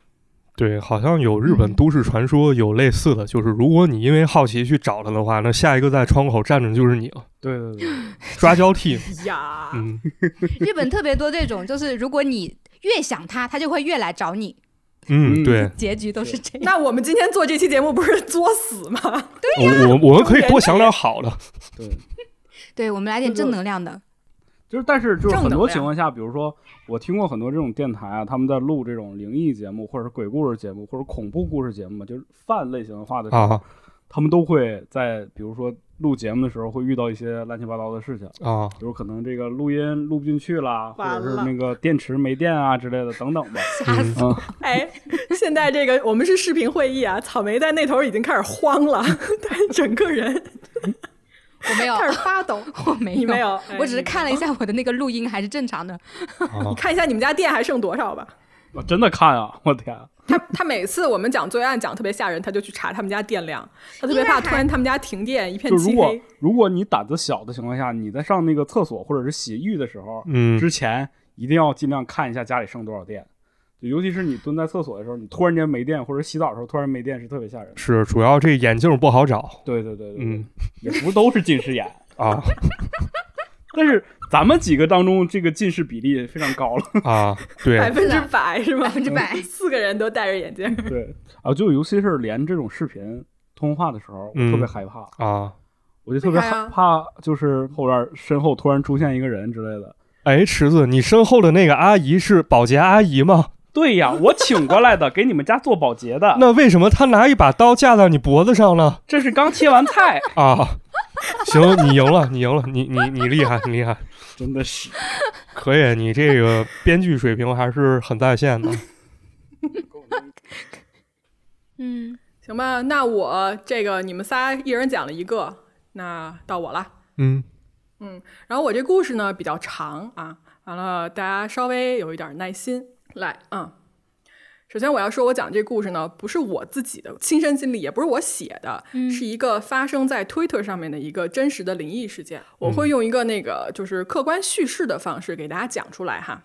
Speaker 3: 对，好像有日本
Speaker 2: 嗯
Speaker 3: 都市传说有类似的，就是如果你因为好奇去找他的话，那下一个在窗口站着就是你了，
Speaker 4: 对对对，
Speaker 3: 抓交替。
Speaker 1: 呀，
Speaker 3: 嗯，
Speaker 2: 日本特别多这种，就是如果你越想他，他就会越来找你，
Speaker 3: 嗯，
Speaker 4: 嗯
Speaker 3: 对，
Speaker 2: 结局都是这样。
Speaker 1: 那我们今天做这期节目不是作死吗？
Speaker 3: 我我我们可以多想点好的。
Speaker 4: 对，
Speaker 2: 对，我们来点正能量的。
Speaker 4: 就是，但是就是
Speaker 1: 正
Speaker 4: 很
Speaker 1: 能
Speaker 4: 多
Speaker 1: 量
Speaker 4: 情况下，比如说我听过很多这种电台啊，他们在录这种灵异节目，或者是鬼故事节目，或者恐怖故事节目嘛，就是泛类型化的时候，
Speaker 3: 啊
Speaker 4: 他们都会在比如说录节目的时候会遇到一些乱七八糟的事情，
Speaker 3: 啊，
Speaker 4: 比如可能这个录音录不进去啦，或者
Speaker 1: 完
Speaker 4: 是
Speaker 1: 了
Speaker 4: 那个电池没电啊之类的等等吧。
Speaker 2: 吓死
Speaker 4: 嗯，
Speaker 1: 哎，现在这个我们是视频会议啊，草莓在那头已经开始慌了， [laughs] 对，整个人
Speaker 2: 我没有，
Speaker 1: 开始发抖。
Speaker 2: 我没有，
Speaker 1: 你没有哎
Speaker 2: 我只
Speaker 1: 你
Speaker 2: 是
Speaker 1: 没有
Speaker 2: 看了一下我的那个录音还是正常的。
Speaker 1: 你看一下你们家店还剩多少吧。
Speaker 4: 我真的看啊，我天，
Speaker 1: 他他每次我们讲罪案讲特别吓人，他就去查他们家电量，他特别
Speaker 2: 因为
Speaker 1: 怕
Speaker 2: 还
Speaker 1: 突然他们家停电一片
Speaker 4: 就如
Speaker 1: 漆
Speaker 4: 果
Speaker 1: 黑。
Speaker 4: 如果你胆子小的情况下，你在上那个厕所或者是洗浴的时候，
Speaker 3: 嗯，
Speaker 4: 之前一定要尽量看一下家里剩多少电，就尤其是你蹲在厕所的时候，你突然间没电，或者洗澡的时候突然没电，是特别吓人的。
Speaker 3: 是主要这眼镜不好找。
Speaker 4: 对对对对，对
Speaker 3: 嗯
Speaker 4: 也不都是近视眼， [laughs]
Speaker 3: 啊
Speaker 4: 但是咱们几个当中，这个近视比例非常
Speaker 3: [laughs]
Speaker 4: 高了。
Speaker 3: 啊，
Speaker 1: [laughs] 百
Speaker 3: 对，
Speaker 1: 分之百是吗？百分
Speaker 2: 之百
Speaker 1: 四个人都戴着眼镜。
Speaker 4: 对啊，就尤其是连这种视频通话的时候，我
Speaker 3: 嗯
Speaker 4: 特别害怕，
Speaker 3: 啊。
Speaker 4: 我就特
Speaker 1: 为
Speaker 4: 别
Speaker 1: 啥
Speaker 4: 害
Speaker 1: 呀
Speaker 4: 怕，就是后边身后突然出现一个人之类的。
Speaker 3: 哎，池子，你身后的那个阿姨是保洁阿姨吗？
Speaker 4: 对呀，我请过来的，给你们家做保洁的，
Speaker 3: 那为什么她拿一把刀架在你脖子上呢？
Speaker 4: 这是刚切完菜，
Speaker 3: 啊，行，你赢了，你赢了，你你你厉害，你厉害，
Speaker 4: [laughs] 真的是。
Speaker 3: 可以，你这个编剧水平还是很在线的。
Speaker 2: 嗯，
Speaker 1: 行吧，那我这个你们仨一人讲了一个，那到我了。
Speaker 3: [laughs] 嗯
Speaker 1: 然后我这故事呢比较长啊，完了，大家稍微有一点耐心来，嗯。首先，我要说，我讲这故事呢，不是我自己的亲身经历，也不是我写的，
Speaker 2: 嗯
Speaker 1: 是一个发生在 Twitter 上面的一个真实的灵异事件。我会用一个那个就是客观叙事的方式给大家讲出来哈。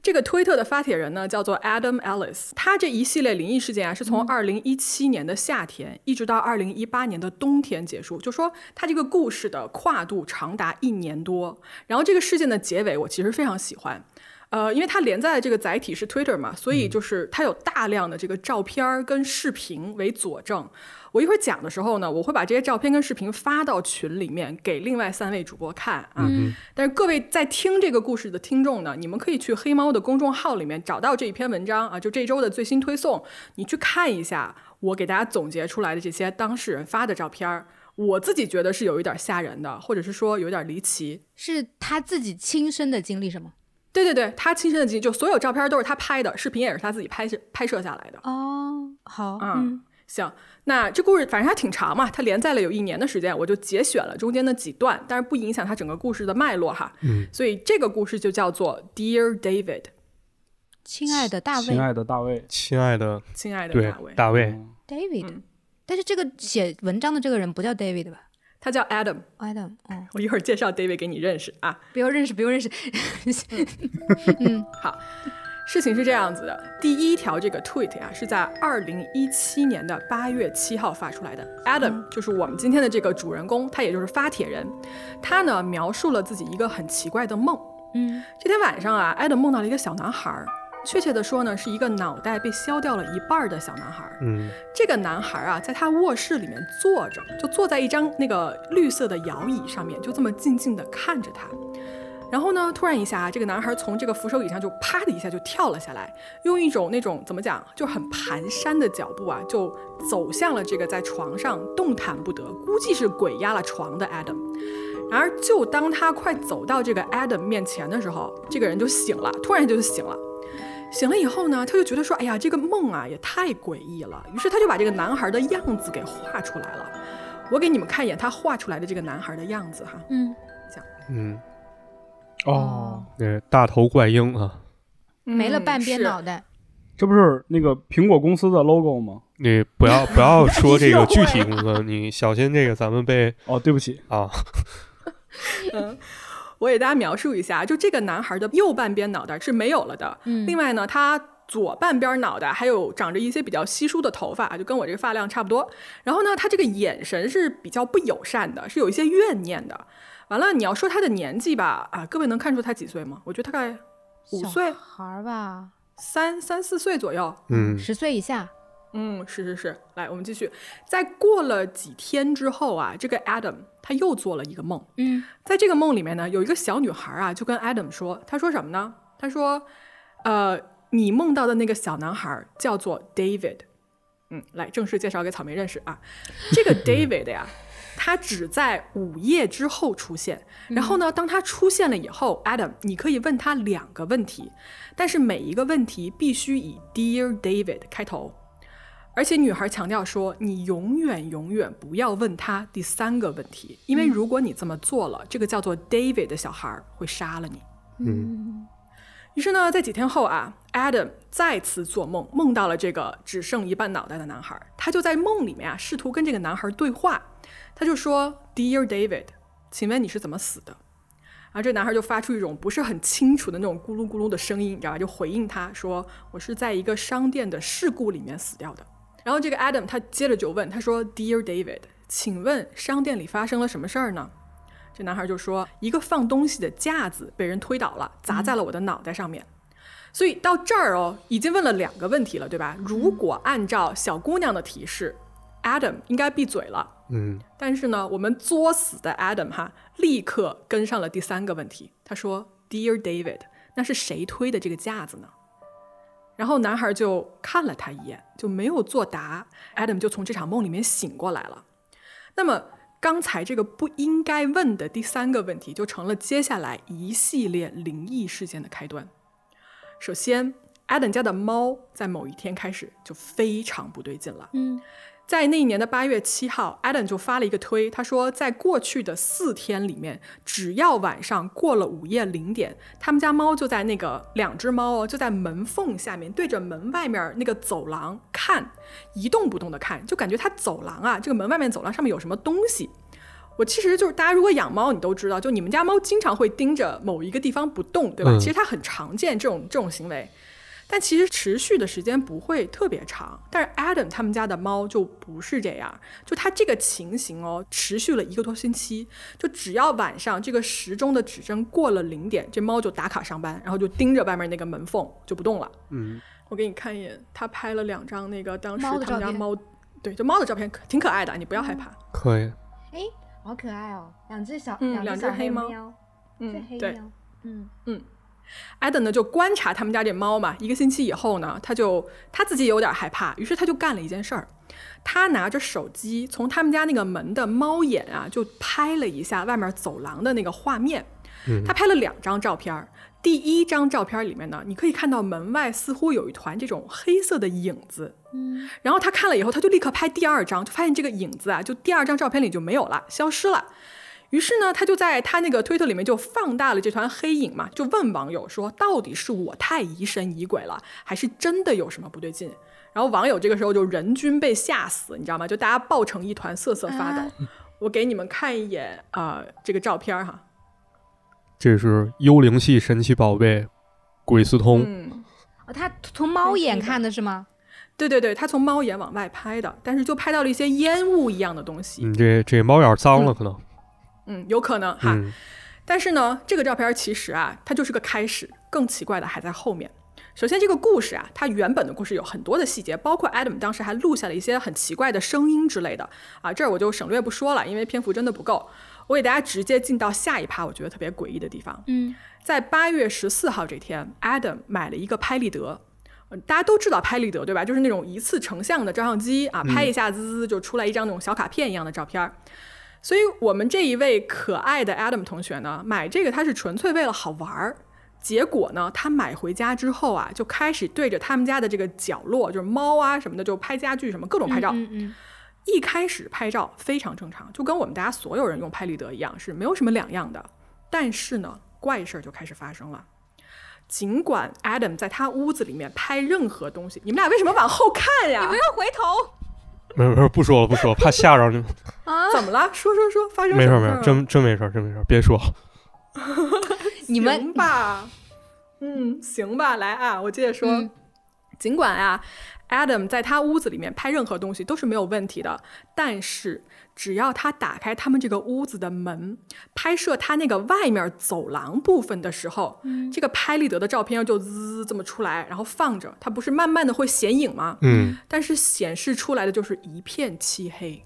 Speaker 1: 这个推特的发帖人呢，叫做 Adam Ellis。他这一系列灵异事件啊，是从二零一七年的夏天一直到二零一八年的冬天结束。就说他这个故事的跨度长达一年多。然后这个事件的结尾，我其实非常喜欢。呃，因为它连载的这个载体是 Twitter 嘛，所以就是它有大量的这个照片儿跟视频为佐证。我一会儿讲的时候呢，我会把这些照片跟视频发到群里面给另外三位主播看啊。
Speaker 2: 嗯
Speaker 1: 但是各位在听这个故事的听众呢，你们可以去黑猫的公众号里面找到这一篇文章啊，就这周的最新推送，你去看一下我给大家总结出来的这些当事人发的照片儿。我自己觉得是有一点吓人的，或者是说有点离奇。
Speaker 2: 是他自己亲身的经历是吗？
Speaker 1: 对对对，他亲身的经历，就所有照片都是他拍的，视频也是他自己拍摄拍摄下来的。
Speaker 2: 哦，好，
Speaker 1: 嗯，行，那这故事反正还挺长嘛，它连载了有一年的时间，我就节选了中间的几段，但是不影响它整个故事的脉络哈。
Speaker 3: 嗯，
Speaker 1: 所以这个故事就叫做《Dear David》，
Speaker 2: 亲爱的大卫
Speaker 4: 亲爱的大卫，
Speaker 3: 亲爱的，
Speaker 1: 亲爱的
Speaker 3: 对
Speaker 1: 大卫，
Speaker 3: 大卫，
Speaker 4: 嗯
Speaker 2: David，、
Speaker 1: 嗯
Speaker 2: 但是这个写文章的这个人不叫 David 吧
Speaker 1: 他叫 Adam，
Speaker 2: ？Adam，嗯，
Speaker 1: 我一会儿介绍 David 给你认识啊。
Speaker 2: 不用认识，不用认识，
Speaker 1: 事情是这样子的，第一条这个 tweet 啊是在二零一七年的八月七号发出来的。Adam 就是我们今天的这个主人公，他也就是发帖人，他呢描述了自己一个很奇怪的梦。
Speaker 2: 嗯，
Speaker 1: 这天晚上啊，Adam 梦到了一个小男孩儿，确切的说呢，是一个脑袋被削掉了一半儿的小男孩儿。
Speaker 3: 嗯
Speaker 1: 这个男孩啊，在他卧室里面坐着，就坐在一张那个绿色的摇椅上面，就这么静静的看着他。然后呢，突然一下啊，这个男孩从这个扶手椅上就啪的一下就跳了下来，用一种那种怎么讲，就很蹒跚的脚步啊，就走向了这个在床上动弹不得，估计是鬼压了床的 Adam。然而，就当他快走到这个 Adam 面前的时候，这个人就醒了，突然就醒了。醒了以后呢，他就觉得说，哎呀，这个梦啊也太诡异了。于是他就把这个男孩的样子给画出来了。我给你们看一眼他画出来的这个男孩的样子哈，
Speaker 2: [laughs] 嗯，
Speaker 3: 嗯，
Speaker 4: 哦，
Speaker 3: 对，大头怪婴啊，
Speaker 2: 嗯
Speaker 1: 嗯
Speaker 2: 没了半边
Speaker 1: 是
Speaker 2: 脑袋，
Speaker 4: 这不是那个苹果公司的 logo 吗？
Speaker 3: 你不要不要说这个
Speaker 1: 你是
Speaker 3: 具
Speaker 1: 会
Speaker 3: 体工作，你小心这个咱们被
Speaker 4: 哦，对不起，
Speaker 3: [laughs] 啊，
Speaker 1: 我给大家描述一下，就这个男孩的右半边脑袋是没有了的，
Speaker 2: 嗯，
Speaker 1: 另外呢，他左半边脑袋还有长着一些比较稀疏的头发，就跟我这个发量差不多。然后呢，他这个眼神是比较不友善的，是有一些怨念的。完了，你要说他的年纪吧，啊，各位能看出他几岁吗？我觉得大概五
Speaker 2: 小
Speaker 1: 岁
Speaker 2: 孩儿吧，
Speaker 1: 三三四岁左右。
Speaker 3: 嗯
Speaker 2: 十岁以下，
Speaker 1: 嗯，是是是，来，我们继续。在过了几天之后啊，这个 Adam 他又做了一个梦，
Speaker 2: 嗯，
Speaker 1: 在这个梦里面呢，有一个小女孩啊，就跟 Adam 说，她说什么呢？她说，呃，你梦到的那个小男孩叫做 David。嗯，来正式介绍给草莓认识啊，这个 David 呀，他只在午夜之后出现。然后呢，当他出现了以后，Adam，你可以问他两个问题，但是每一个问题必须以 Dear David 开头。而且女孩强调说，你永远永远不要问他第三个问题，因为如果你这么做了，这个叫做 David 的小孩儿会杀了你。
Speaker 3: 嗯
Speaker 1: 于是呢，在几天后啊，Adam 再次做梦，梦到了这个只剩一半脑袋的男孩儿。他就在梦里面啊，试图跟这个男孩儿对话。他就说：“Dear David，请问你是怎么死的？”然后这男孩儿就发出一种不是很清楚的那种咕噜咕噜的声音，你知道吧？就回应他说：“我是在一个商店的事故里面死掉的。”然后这个 Adam 他接着就问他说：“Dear David，请问商店里发生了什么事儿呢？”这男孩就说：“一个放东西的架子被人推倒了，砸在了我的脑袋上面。所以到这儿哦，已经问了两个问题了，对吧？如果按照小姑娘的提示，Adam 应该闭嘴了。
Speaker 3: 嗯
Speaker 1: 但是呢，我们作死的 Adam 哈，立刻跟上了第三个问题。他说：“Dear David，那是谁推的这个架子呢？”然后男孩就看了他一眼，就没有作答。Adam 就从这场梦里面醒过来了。那么刚才这个不应该问的第三个问题，就成了接下来一系列灵异事件的开端。首先，Adam 家的猫在某一天开始就非常不对劲了。
Speaker 2: 嗯
Speaker 1: 在那一年的八月七号，Adam 就发了一个推，他说，在过去的四天里面，只要晚上过了午夜零点，他们家猫就在那个两只猫哦，就在门缝下面对着门外面那个走廊看，一动不动的看，就感觉它走廊啊，这个门外面走廊上面有什么东西。我其实就是大家如果养猫，你都知道，就你们家猫经常会盯着某一个地方不动，对吧？
Speaker 3: 嗯
Speaker 1: 其实它很常见这种这种行为。但其实持续的时间不会特别长，但是 Adam 他们家的猫就不是这样，就它这个情形哦，持续了一个多星期，就只要晚上这个时钟的指针过了零点，这猫就打卡上班，然后就盯着外面那个门缝就不动了。
Speaker 4: 嗯，
Speaker 1: 我给你看一眼，他拍了两张那个当时
Speaker 2: 猫的
Speaker 1: 他们家
Speaker 2: 照片哦
Speaker 1: 猫，对，就猫的照片，可挺可爱的，你不要害怕。
Speaker 3: 可以，
Speaker 5: 哎，好可爱哦，两只小，
Speaker 1: 嗯两
Speaker 5: 两
Speaker 1: 只
Speaker 5: 小
Speaker 1: 黑猫
Speaker 5: 喵，是
Speaker 1: 嗯，
Speaker 5: 黑
Speaker 1: 对。
Speaker 5: 喵，嗯，
Speaker 1: Adam 呢就观察他们家这猫嘛，一个星期以后呢，他就他自己有点害怕，于是他就干了一件事儿，他拿着手机从他们家那个门的猫眼啊，就拍了一下外面走廊的那个画面。
Speaker 3: 嗯
Speaker 1: 他拍了两张照片儿，第一张照片里面呢，你可以看到门外似乎有一团这种黑色的影子。嗯，然后他看了以后，他就立刻拍第二张，就发现这个影子啊，就第二张照片里就没有了，消失了。于是呢，他就在他那个推特里面就放大了这团黑影嘛，就问网友说，到底是我太疑神疑鬼了，还是真的有什么不对劲？然后网友这个时候就人均被吓死，你知道吗？就大家抱成一团，瑟瑟发抖。
Speaker 2: 啊
Speaker 1: 我给你们看一眼啊、呃这个照片儿哈，
Speaker 3: 这是幽灵系神奇宝贝鬼斯通，
Speaker 1: 嗯，
Speaker 2: 哦，他从猫眼
Speaker 1: 黑的
Speaker 2: 看的是吗？
Speaker 1: 对对对，他从猫眼往外拍的，但是就拍到了一些烟雾一样的东西。
Speaker 3: 你嗯这这猫眼脏了可能， [laughs]
Speaker 1: 嗯，有可能哈。
Speaker 3: 嗯
Speaker 1: 但是呢，这个照片其实啊，它就是个开始，更奇怪的还在后面。首先，这个故事啊，它原本的故事有很多的细节，包括 Adam 当时还录下了一些很奇怪的声音之类的啊，这儿我就省略不说了，因为篇幅真的不够。我给大家直接进到下一趴，我觉得特别诡异的地方。
Speaker 2: 嗯，
Speaker 1: 在八月十四号这天，Adam 买了一个拍立得。呃大家都知道拍立得对吧？就是那种一次成像的照相机啊，拍一下滋滋就出来一张那种小卡片一样的照片儿。所以我们这一位可爱的 Adam 同学呢，买这个他是纯粹为了好玩儿。结果呢，他买回家之后啊，就开始对着他们家的这个角落，就是猫啊什么的，就拍家具什么各种拍照。
Speaker 2: 嗯嗯
Speaker 1: 一开始拍照非常正常，就跟我们大家所有人用拍立得一样，是没有什么两样的。但是呢，怪事儿就开始发生了。尽管 Adam 在他屋子里面拍任何东西，你们俩为什么往后看呀
Speaker 2: 嗯，不？要回头
Speaker 3: 没有没有不说了不说了，怕吓着你。
Speaker 2: 啊！
Speaker 1: 怎么了？嗯说说说，发生
Speaker 3: 没
Speaker 1: 什么
Speaker 3: 事儿没事
Speaker 1: 儿
Speaker 3: 儿，
Speaker 1: 了
Speaker 3: 真真没事儿真没事儿，别说。
Speaker 2: 你们
Speaker 1: 行吧，嗯，行吧，来啊，我接着说。
Speaker 2: 嗯
Speaker 1: 尽管啊，Adam 在他屋子里面拍任何东西都是没有问题的，但是只要他打开他们这个屋子的门，拍摄他那个外面走廊部分的时候，这个拍立得的照片就滋这么出来，然后放着，它不是慢慢的会显影吗？
Speaker 3: 嗯，
Speaker 1: 但是显示出来的就是一片漆黑。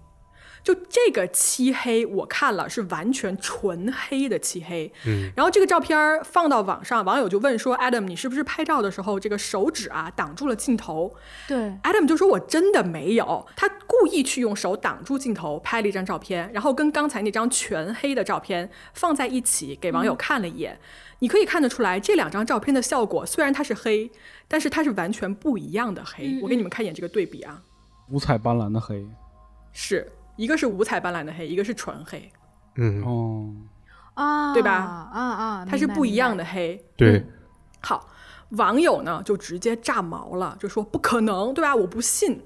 Speaker 1: 就这个漆黑，我看了是完全纯黑的漆黑。
Speaker 3: 嗯，
Speaker 1: 然后这个照片儿放到网上，网友就问说：“Adam，你是不是拍照的时候这个手指啊挡住了镜头
Speaker 2: 对，
Speaker 1: ？”Adam 就说：“我真的没有，他故意去用手挡住镜头拍了一张照片，然后跟刚才那张全黑的照片放在一起给网友看了一眼。你可以看得出来，这两张照片的效果虽然它是黑，但是它是完全不一样的黑。
Speaker 2: 嗯嗯
Speaker 1: 我给你们看一眼这个对比啊。
Speaker 4: 五彩斑斓的黑。
Speaker 1: 是一个是五彩斑斓的黑，一个是纯黑，
Speaker 3: 嗯，
Speaker 4: 哦，
Speaker 2: 啊，
Speaker 1: 对吧
Speaker 2: 啊啊，
Speaker 1: 它是
Speaker 2: 明白
Speaker 1: 不一样的。黑。
Speaker 3: 对，
Speaker 1: 好，网友呢就直接炸毛了，就说不可能，对吧？我不信。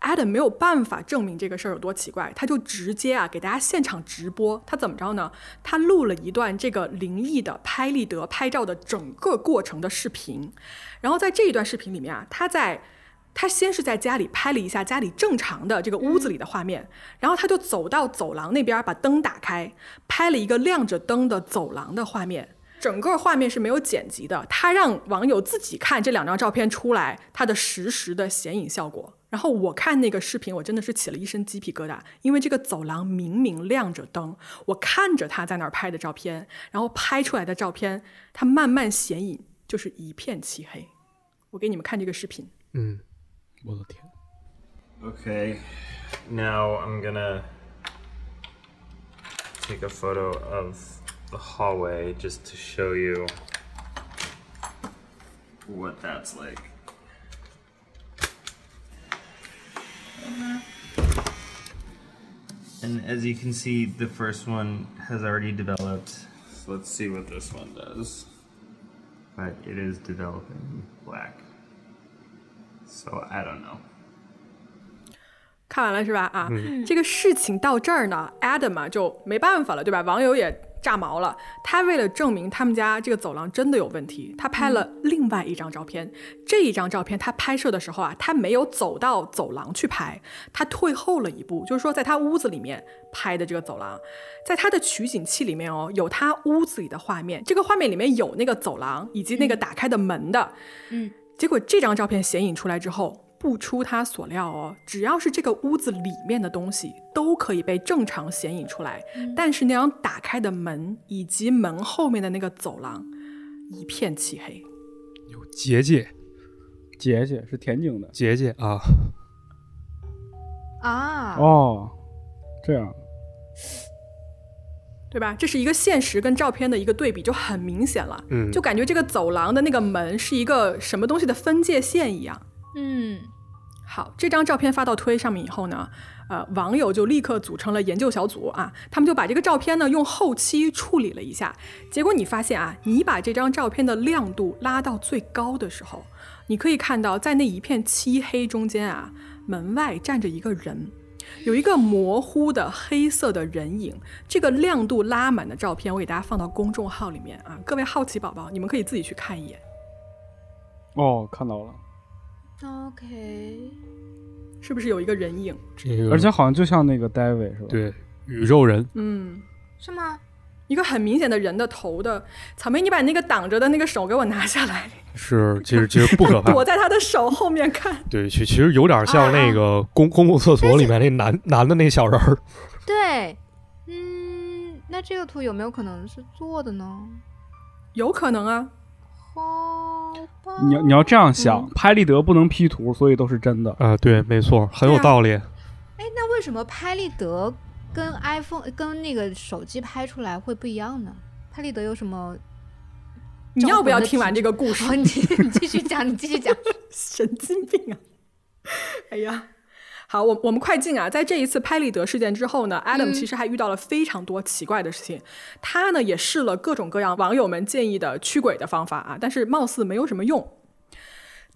Speaker 1: Adam 没有办法证明这个事儿有多奇怪，他就直接啊给大家现场直播。他怎么着呢？他录了一段这个灵异的拍立得拍照的整个过程的视频，然后在这一段视频里面啊，他在他先是在家里拍了一下家里正常的这个屋子里的画面，然后他就走到走廊那边把灯打开，拍了一个亮着灯的走廊的画面。整个画面是没有剪辑的，他让网友自己看这两张照片出来它的实时的显影效果。然后我看那个视频，我真的是起了一身鸡皮疙瘩，因为这个走廊明明亮着灯，我看着他在那儿拍的照片，然后拍出来的照片，它慢慢显影，就是一片漆黑。我给你们看这个视频。
Speaker 3: 嗯，
Speaker 4: 我的天，
Speaker 6: Okay, now I'm gonna take a photo of the hallway just to show you what that's like. And as you can see, the first one has already developed. So let's see what this one does. But it is developing black. So I don't know.
Speaker 1: 看完了是吧？啊，这个事情到这儿呢，Adam 啊就没办法了，对吧？网友也炸毛了。他为了证明他们家这个走廊真的有问题，他拍了另外一张照片。这一张照片他拍摄的时候啊，他没有走到走廊去拍，他退后了一步，就是说在他屋子里面拍的这个走廊，在他的取景器里面哦，有他屋子里的画面，这个画面里面有那个走廊以及那个打开的门的。结果这张照片显影出来之后，不出他所料哦，只要是这个屋子里面的东西都可以被正常显影出来，但是那张打开的门以及门后面的那个走廊一片漆黑。
Speaker 3: 有结界，
Speaker 4: 姐姐是田径的
Speaker 3: 结界啊，
Speaker 2: 啊，
Speaker 4: 哦，这样
Speaker 1: 对吧？这是一个现实跟照片的一个对比，就很明显了，
Speaker 3: 嗯，
Speaker 1: 就感觉这个走廊的那个门是一个什么东西的分界线一样。
Speaker 2: 嗯，
Speaker 1: 好，这张照片发到推上面以后呢，呃，网友就立刻组成了研究小组啊，他们就把这个照片呢用后期处理了一下，结果你发现啊，你把这张照片的亮度拉到最高的时候，你可以看到在那一片漆黑中间啊，门外站着一个人。有一个模糊的黑色的人影，这个亮度拉满的照片，我给大家放到公众号里面啊，各位好奇宝宝，你们可以自己去看一眼，
Speaker 4: 哦，看到了，
Speaker 2: OK，
Speaker 1: 是不是有一个人影？
Speaker 3: 这个
Speaker 4: 而且好像就像那个 David 是吧？，
Speaker 3: 对宇宙人，
Speaker 1: 嗯，
Speaker 2: 是吗？
Speaker 1: 一个很明显的人的头的草莓，你把那个挡着的那个手给我拿下来，
Speaker 3: 是，其实其实不可怕。
Speaker 1: 躲在他的手后面看。
Speaker 3: 对，其其实有点像那个公公共厕所里面那男男的那小人儿，
Speaker 2: 对，嗯，那这个图有没有可能是做的呢？
Speaker 1: 有可能啊，
Speaker 2: 好吧，
Speaker 4: 你要你要这样想，拍立得不能 P 图，所以都是真的。
Speaker 3: 啊，对，没错，很
Speaker 1: 对
Speaker 3: 有
Speaker 1: 啊
Speaker 3: 道理。嗯
Speaker 2: 哎，那为什么拍立得跟 iPhone 跟那个手机拍出来会不一样呢？拍立得有什么？
Speaker 1: 你要不要听完这个故事
Speaker 2: [laughs] 好，？你你继续讲，你继续讲。
Speaker 1: 神经病啊！ [laughs] 哎呀，好，我我们快进啊！在这一次拍立得事件之后呢，Adam
Speaker 2: 嗯
Speaker 1: 其实还遇到了非常多奇怪的事情。他呢也试了各种各样网友们建议的驱鬼的方法啊，但是貌似没有什么用。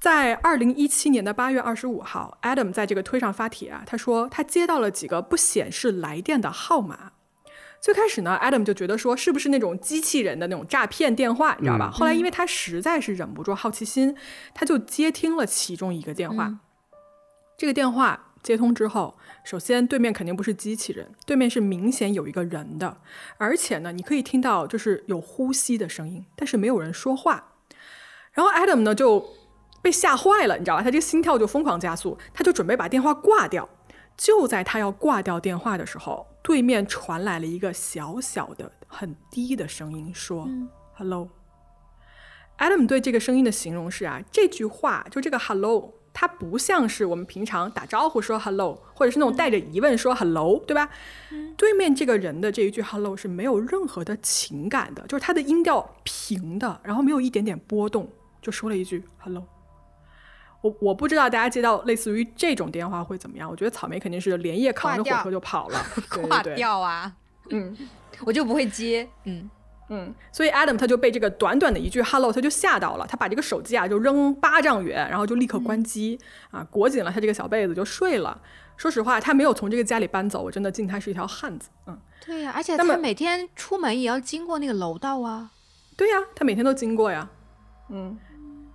Speaker 1: 在二零一七年的八月二十五号，Adam 在这个推上发帖啊，他说他接到了几个不显示来电的号码。最开始呢，Adam 就觉得说是不是那种机器人的那种诈骗电话，你知道吧？后来因为他实在是忍不住好奇心，他就接听了其中一个电话。
Speaker 2: 嗯
Speaker 1: 这个电话接通之后，首先对面肯定不是机器人，对面是明显有一个人的，而且呢，你可以听到就是有呼吸的声音，但是没有人说话。然后 Adam 呢就被吓坏了，你知道吧？他这个心跳就疯狂加速，他就准备把电话挂掉。就在他要挂掉电话的时候，对面传来了一个小小的、很低的声音，说、h e l l o Adam 对这个声音的形容是啊，这句话就这个 hello，它不像是我们平常打招呼说 hello，或者是那种带着疑问说 hello，对吧？
Speaker 2: 嗯
Speaker 1: 对面这个人的这一句 hello 是没有任何的情感的，就是他的音调平的，然后没有一点点波动，就说了一句 hello。我我不知道大家接到类似于这种电话会怎么样，我觉得草莓肯定是连夜扛着
Speaker 2: 挂掉
Speaker 1: 火车就跑
Speaker 2: [laughs]
Speaker 1: 了，对
Speaker 2: 挂
Speaker 1: 对对，
Speaker 2: 掉啊，
Speaker 1: 嗯。
Speaker 2: 我就不会接。嗯，
Speaker 1: 嗯，所以 Adam 他就被这个短短的一句 “hello” 他就吓到了，他把这个手机啊就扔八丈远，然后就立刻关机、啊，裹紧了他这个小被子就睡了。说实话，他没有从这个家里搬走，我真的敬他是一条汉子。嗯，
Speaker 2: 对呀、而且
Speaker 1: 那么
Speaker 2: 他每天出门也要经过那个楼道啊。
Speaker 1: 对呀，他每天都经过呀。嗯，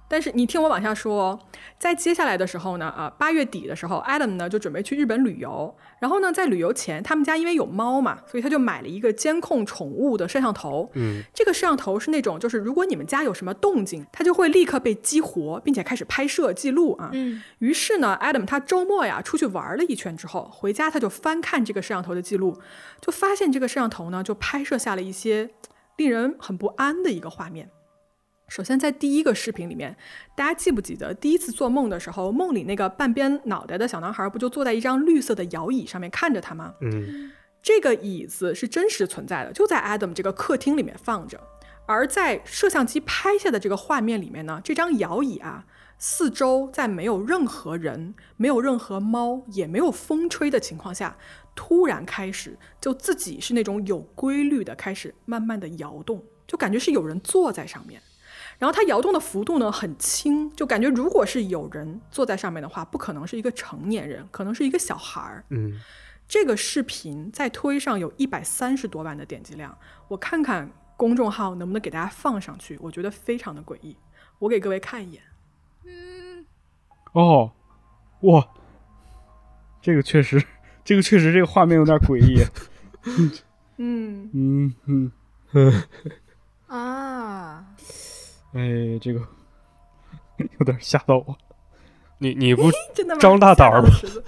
Speaker 1: 但是你听我往下说哦，在接下来的时候呢，啊，八月底的时候，Adam 呢就准备去日本旅游，然后呢，在旅游前，他们家因为有猫嘛，所以他就买了一个监控宠物的摄像头。
Speaker 3: 嗯，
Speaker 1: 这个摄像头是那种，就是如果你们家有什么动静，它就会立刻被激活，并且开始拍摄记录啊。
Speaker 2: 嗯
Speaker 1: 于是呢，Adam 他周末呀出去玩了一圈之后，回家他就翻看这个摄像头的记录，就发现这个摄像头呢就拍摄下了一些令人很不安的一个画面。首先，在第一个视频里面，大家记不记得第一次做梦的时候，梦里那个半边脑袋的小男孩不就坐在一张绿色的摇椅上面看着他吗？
Speaker 3: 嗯，
Speaker 1: 这个椅子是真实存在的，就在 Adam 这个客厅里面放着。而在摄像机拍下的这个画面里面呢，这张摇椅啊，四周在没有任何人、没有任何猫、也没有风吹的情况下，突然开始就自己是那种有规律的开始慢慢的摇动，就感觉是有人坐在上面。然后它摇动的幅度呢很轻，就感觉如果是有人坐在上面的话，不可能是一个成年人，可能是一个小孩儿。
Speaker 3: 嗯，
Speaker 1: 这个视频在推上有一百三十多万的点击量，我看看公众号能不能给大家放上去，我觉得非常的诡异。我给各位看一眼，
Speaker 4: 哦，哇，这个确实， [laughs] 这个确实，这个画面有点诡异。
Speaker 1: 嗯，
Speaker 4: [laughs] 嗯嗯，
Speaker 2: 啊，
Speaker 4: 哎，这个有点吓到我。
Speaker 3: 你你不
Speaker 1: 真的吗？
Speaker 3: 张大胆儿吧
Speaker 1: 吓到了池子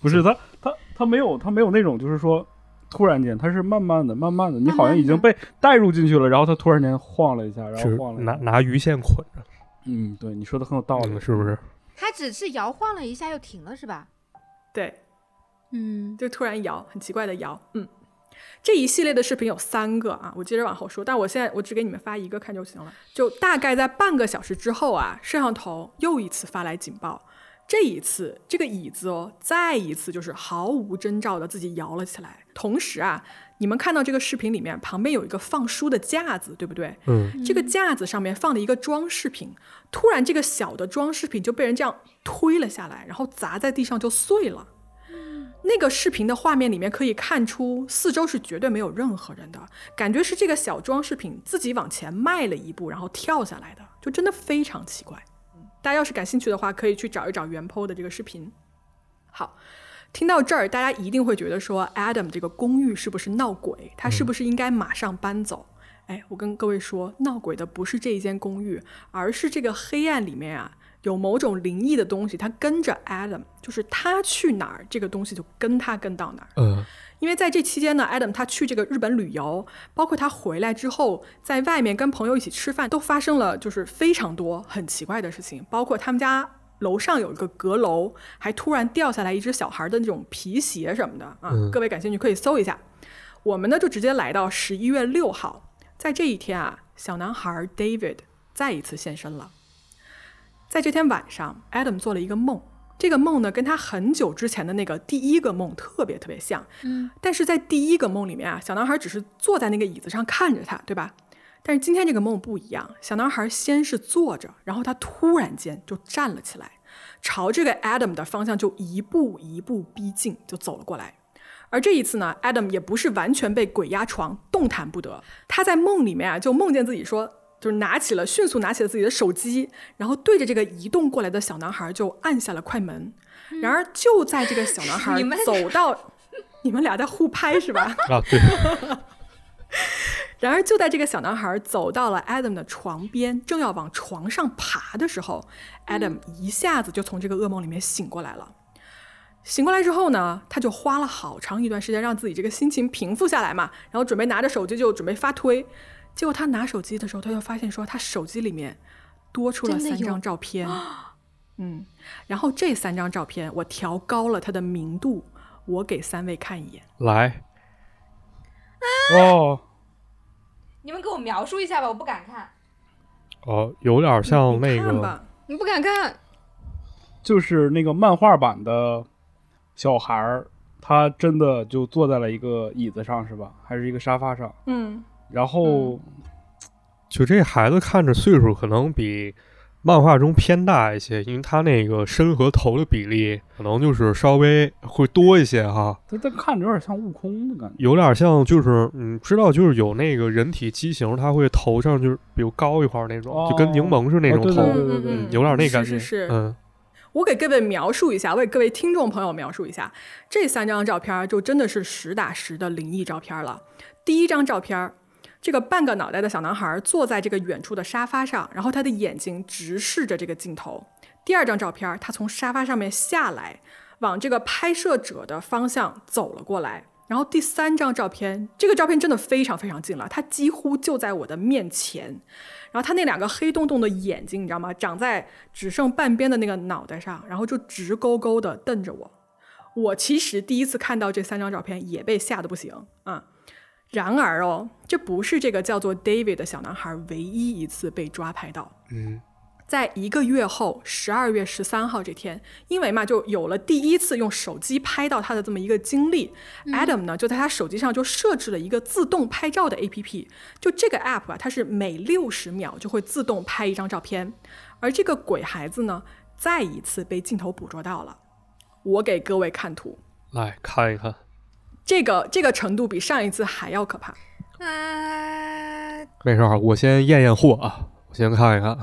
Speaker 4: 不是他，他他没有，他没有那种就是说突然间，他是慢慢的、慢慢的，你好像已经被带入进去了，然后他突然间晃了一下，然
Speaker 3: 就是
Speaker 4: 后晃了一
Speaker 3: 拿
Speaker 4: 下。
Speaker 3: 拿鱼线捆着，
Speaker 4: 嗯，对，你说的很有道理。
Speaker 3: 嗯是不是？
Speaker 5: 它只是摇晃了一下又停了是吧？
Speaker 1: [laughs] 对，
Speaker 2: 嗯，
Speaker 1: 就突然摇，很奇怪的摇，嗯。这一系列的视频有三个啊，我接着往后说，但我现在我只给你们发一个看就行了。就大概在半个小时之后啊，摄像头又一次发来警报，这一次这个椅子哦，再一次就是毫无征兆的自己摇了起来。同时啊，你们看到这个视频里面旁边有一个放书的架子，对不对？
Speaker 3: 嗯，
Speaker 1: 这个架子上面放了一个装饰品，突然这个小的装饰品就被人这样推了下来，然后砸在地上就碎了。那个视频的画面里面可以看出，四周是绝对没有任何人的，感觉是这个小装饰品自己往前迈了一步，然后跳下来的，就真的非常奇怪。大家要是感兴趣的话，可以去找一找原 PO 的这个视频。好，听到这儿，大家一定会觉得说，Adam 这个公寓是不是闹鬼？他是不是应该马上搬走？哎，我跟各位说，闹鬼的不是这一间公寓，而是这个黑暗里面啊有某种灵异的东西，它跟着 Adam，就是他去哪儿，这个东西就跟他跟到哪儿。
Speaker 3: 呃，
Speaker 1: 因为在这期间呢，Adam 他去这个日本旅游，包括他回来之后，在外面跟朋友一起吃饭，都发生了就是非常多很奇怪的事情，包括他们家。楼上有一个阁楼，还突然掉下来一只小孩的那种皮鞋什么的啊！
Speaker 3: 嗯
Speaker 1: 各位感兴趣可以搜一下。我们呢就直接来到十一月六号，在这一天啊，小男孩 David 再一次现身了。在这天晚上，Adam 做了一个梦，这个梦呢跟他很久之前的那个第一个梦特别特别像。
Speaker 2: 嗯，
Speaker 1: 但是在第一个梦里面啊，小男孩只是坐在那个椅子上看着他，对吧？但是今天这个梦不一样，小男孩先是坐着，然后他突然间就站了起来，朝这个 Adam 的方向就一步一步逼近，就走了过来。而这一次呢，Adam 也不是完全被鬼压床，动弹不得。他在梦里面啊，就梦见自己说，就是拿起了，迅速拿起了自己的手机，然后对着这个移动过来的小男孩就按下了快门。然而就在这个小男孩
Speaker 2: [laughs] 你们
Speaker 1: 走到，你们俩在互拍是吧？
Speaker 3: 啊，对，
Speaker 1: 然而，就在这个小男孩走到了 Adam 的床边，正要往床上爬的时候，Adam
Speaker 2: 嗯
Speaker 1: 一下子就从这个噩梦里面醒过来了。醒过来之后呢，他就花了好长一段时间让自己这个心情平复下来嘛，然后准备拿着手机就准备发推。结果他拿手机的时候，他就发现说他手机里面多出了
Speaker 2: 真的
Speaker 1: 三
Speaker 2: 有
Speaker 1: 张照
Speaker 2: [gasps]
Speaker 1: 片，嗯，然后这三张照片我调高了它的明度，我给三位看一眼。
Speaker 3: 来，
Speaker 4: 哦，
Speaker 5: 你们给我描述一下吧，我不敢看。
Speaker 3: 哦，有点像那
Speaker 1: 看
Speaker 3: 个，
Speaker 1: 吧，
Speaker 2: 你不敢看，
Speaker 4: 就是那个漫画版的小孩儿，他真的就坐在了一个椅子上，是吧？还是一个沙发上？
Speaker 1: 嗯，
Speaker 4: 然后，
Speaker 3: 就这孩子看着岁数可能比漫画中偏大一些，因为他那个身和头的比例可能就是稍微会多一些哈，
Speaker 4: 他他看着有点像悟空的感觉。
Speaker 3: 有点像就是你知道就是有那个人体畸形，他会头上就是比如高一块儿那种，就跟柠檬是那种
Speaker 4: 哦对
Speaker 3: 头，
Speaker 4: 对
Speaker 1: 嗯
Speaker 4: 对
Speaker 1: 嗯
Speaker 4: 对
Speaker 1: 嗯
Speaker 4: 对，
Speaker 3: 有点那感觉，
Speaker 1: 是是是
Speaker 3: 嗯，
Speaker 1: 我给各位描述一下，我给各位听众朋友描述一下，这三张照片儿就真的是实打实的灵异照片儿了。第一张照片儿，这个半个脑袋的小男孩坐在这个远处的沙发上，然后他的眼睛直视着这个镜头。第二张照片儿，他从沙发上面下来，往这个拍摄者的方向走了过来。然后第三张照片，这个照片真的非常非常近了，它几乎就在我的面前。然后他那两个黑洞洞的眼睛，你知道吗？长在只剩半边的那个脑袋上，然后就直勾勾的瞪着我。我其实第一次看到这三张照片也被吓得不行啊、然而哦，这不是这个叫做 David 的小男孩唯一一次被抓拍到。
Speaker 3: 嗯，
Speaker 1: 在一个月后，十二月十三号这天，因为嘛就有了第一次用手机拍到他的这么一个经历、a d a m 呢就在他手机上就设置了一个自动拍照的 APP，就这个 app 啊，它是每六十秒就会自动拍一张照片，而这个鬼孩子呢，再一次被镜头捕捉到了。我给各位看图，
Speaker 3: 来看一看，
Speaker 1: 这个这个程度比上一次还要可怕。
Speaker 5: 啊，
Speaker 3: 没事儿，我先验验货啊，我先看一看。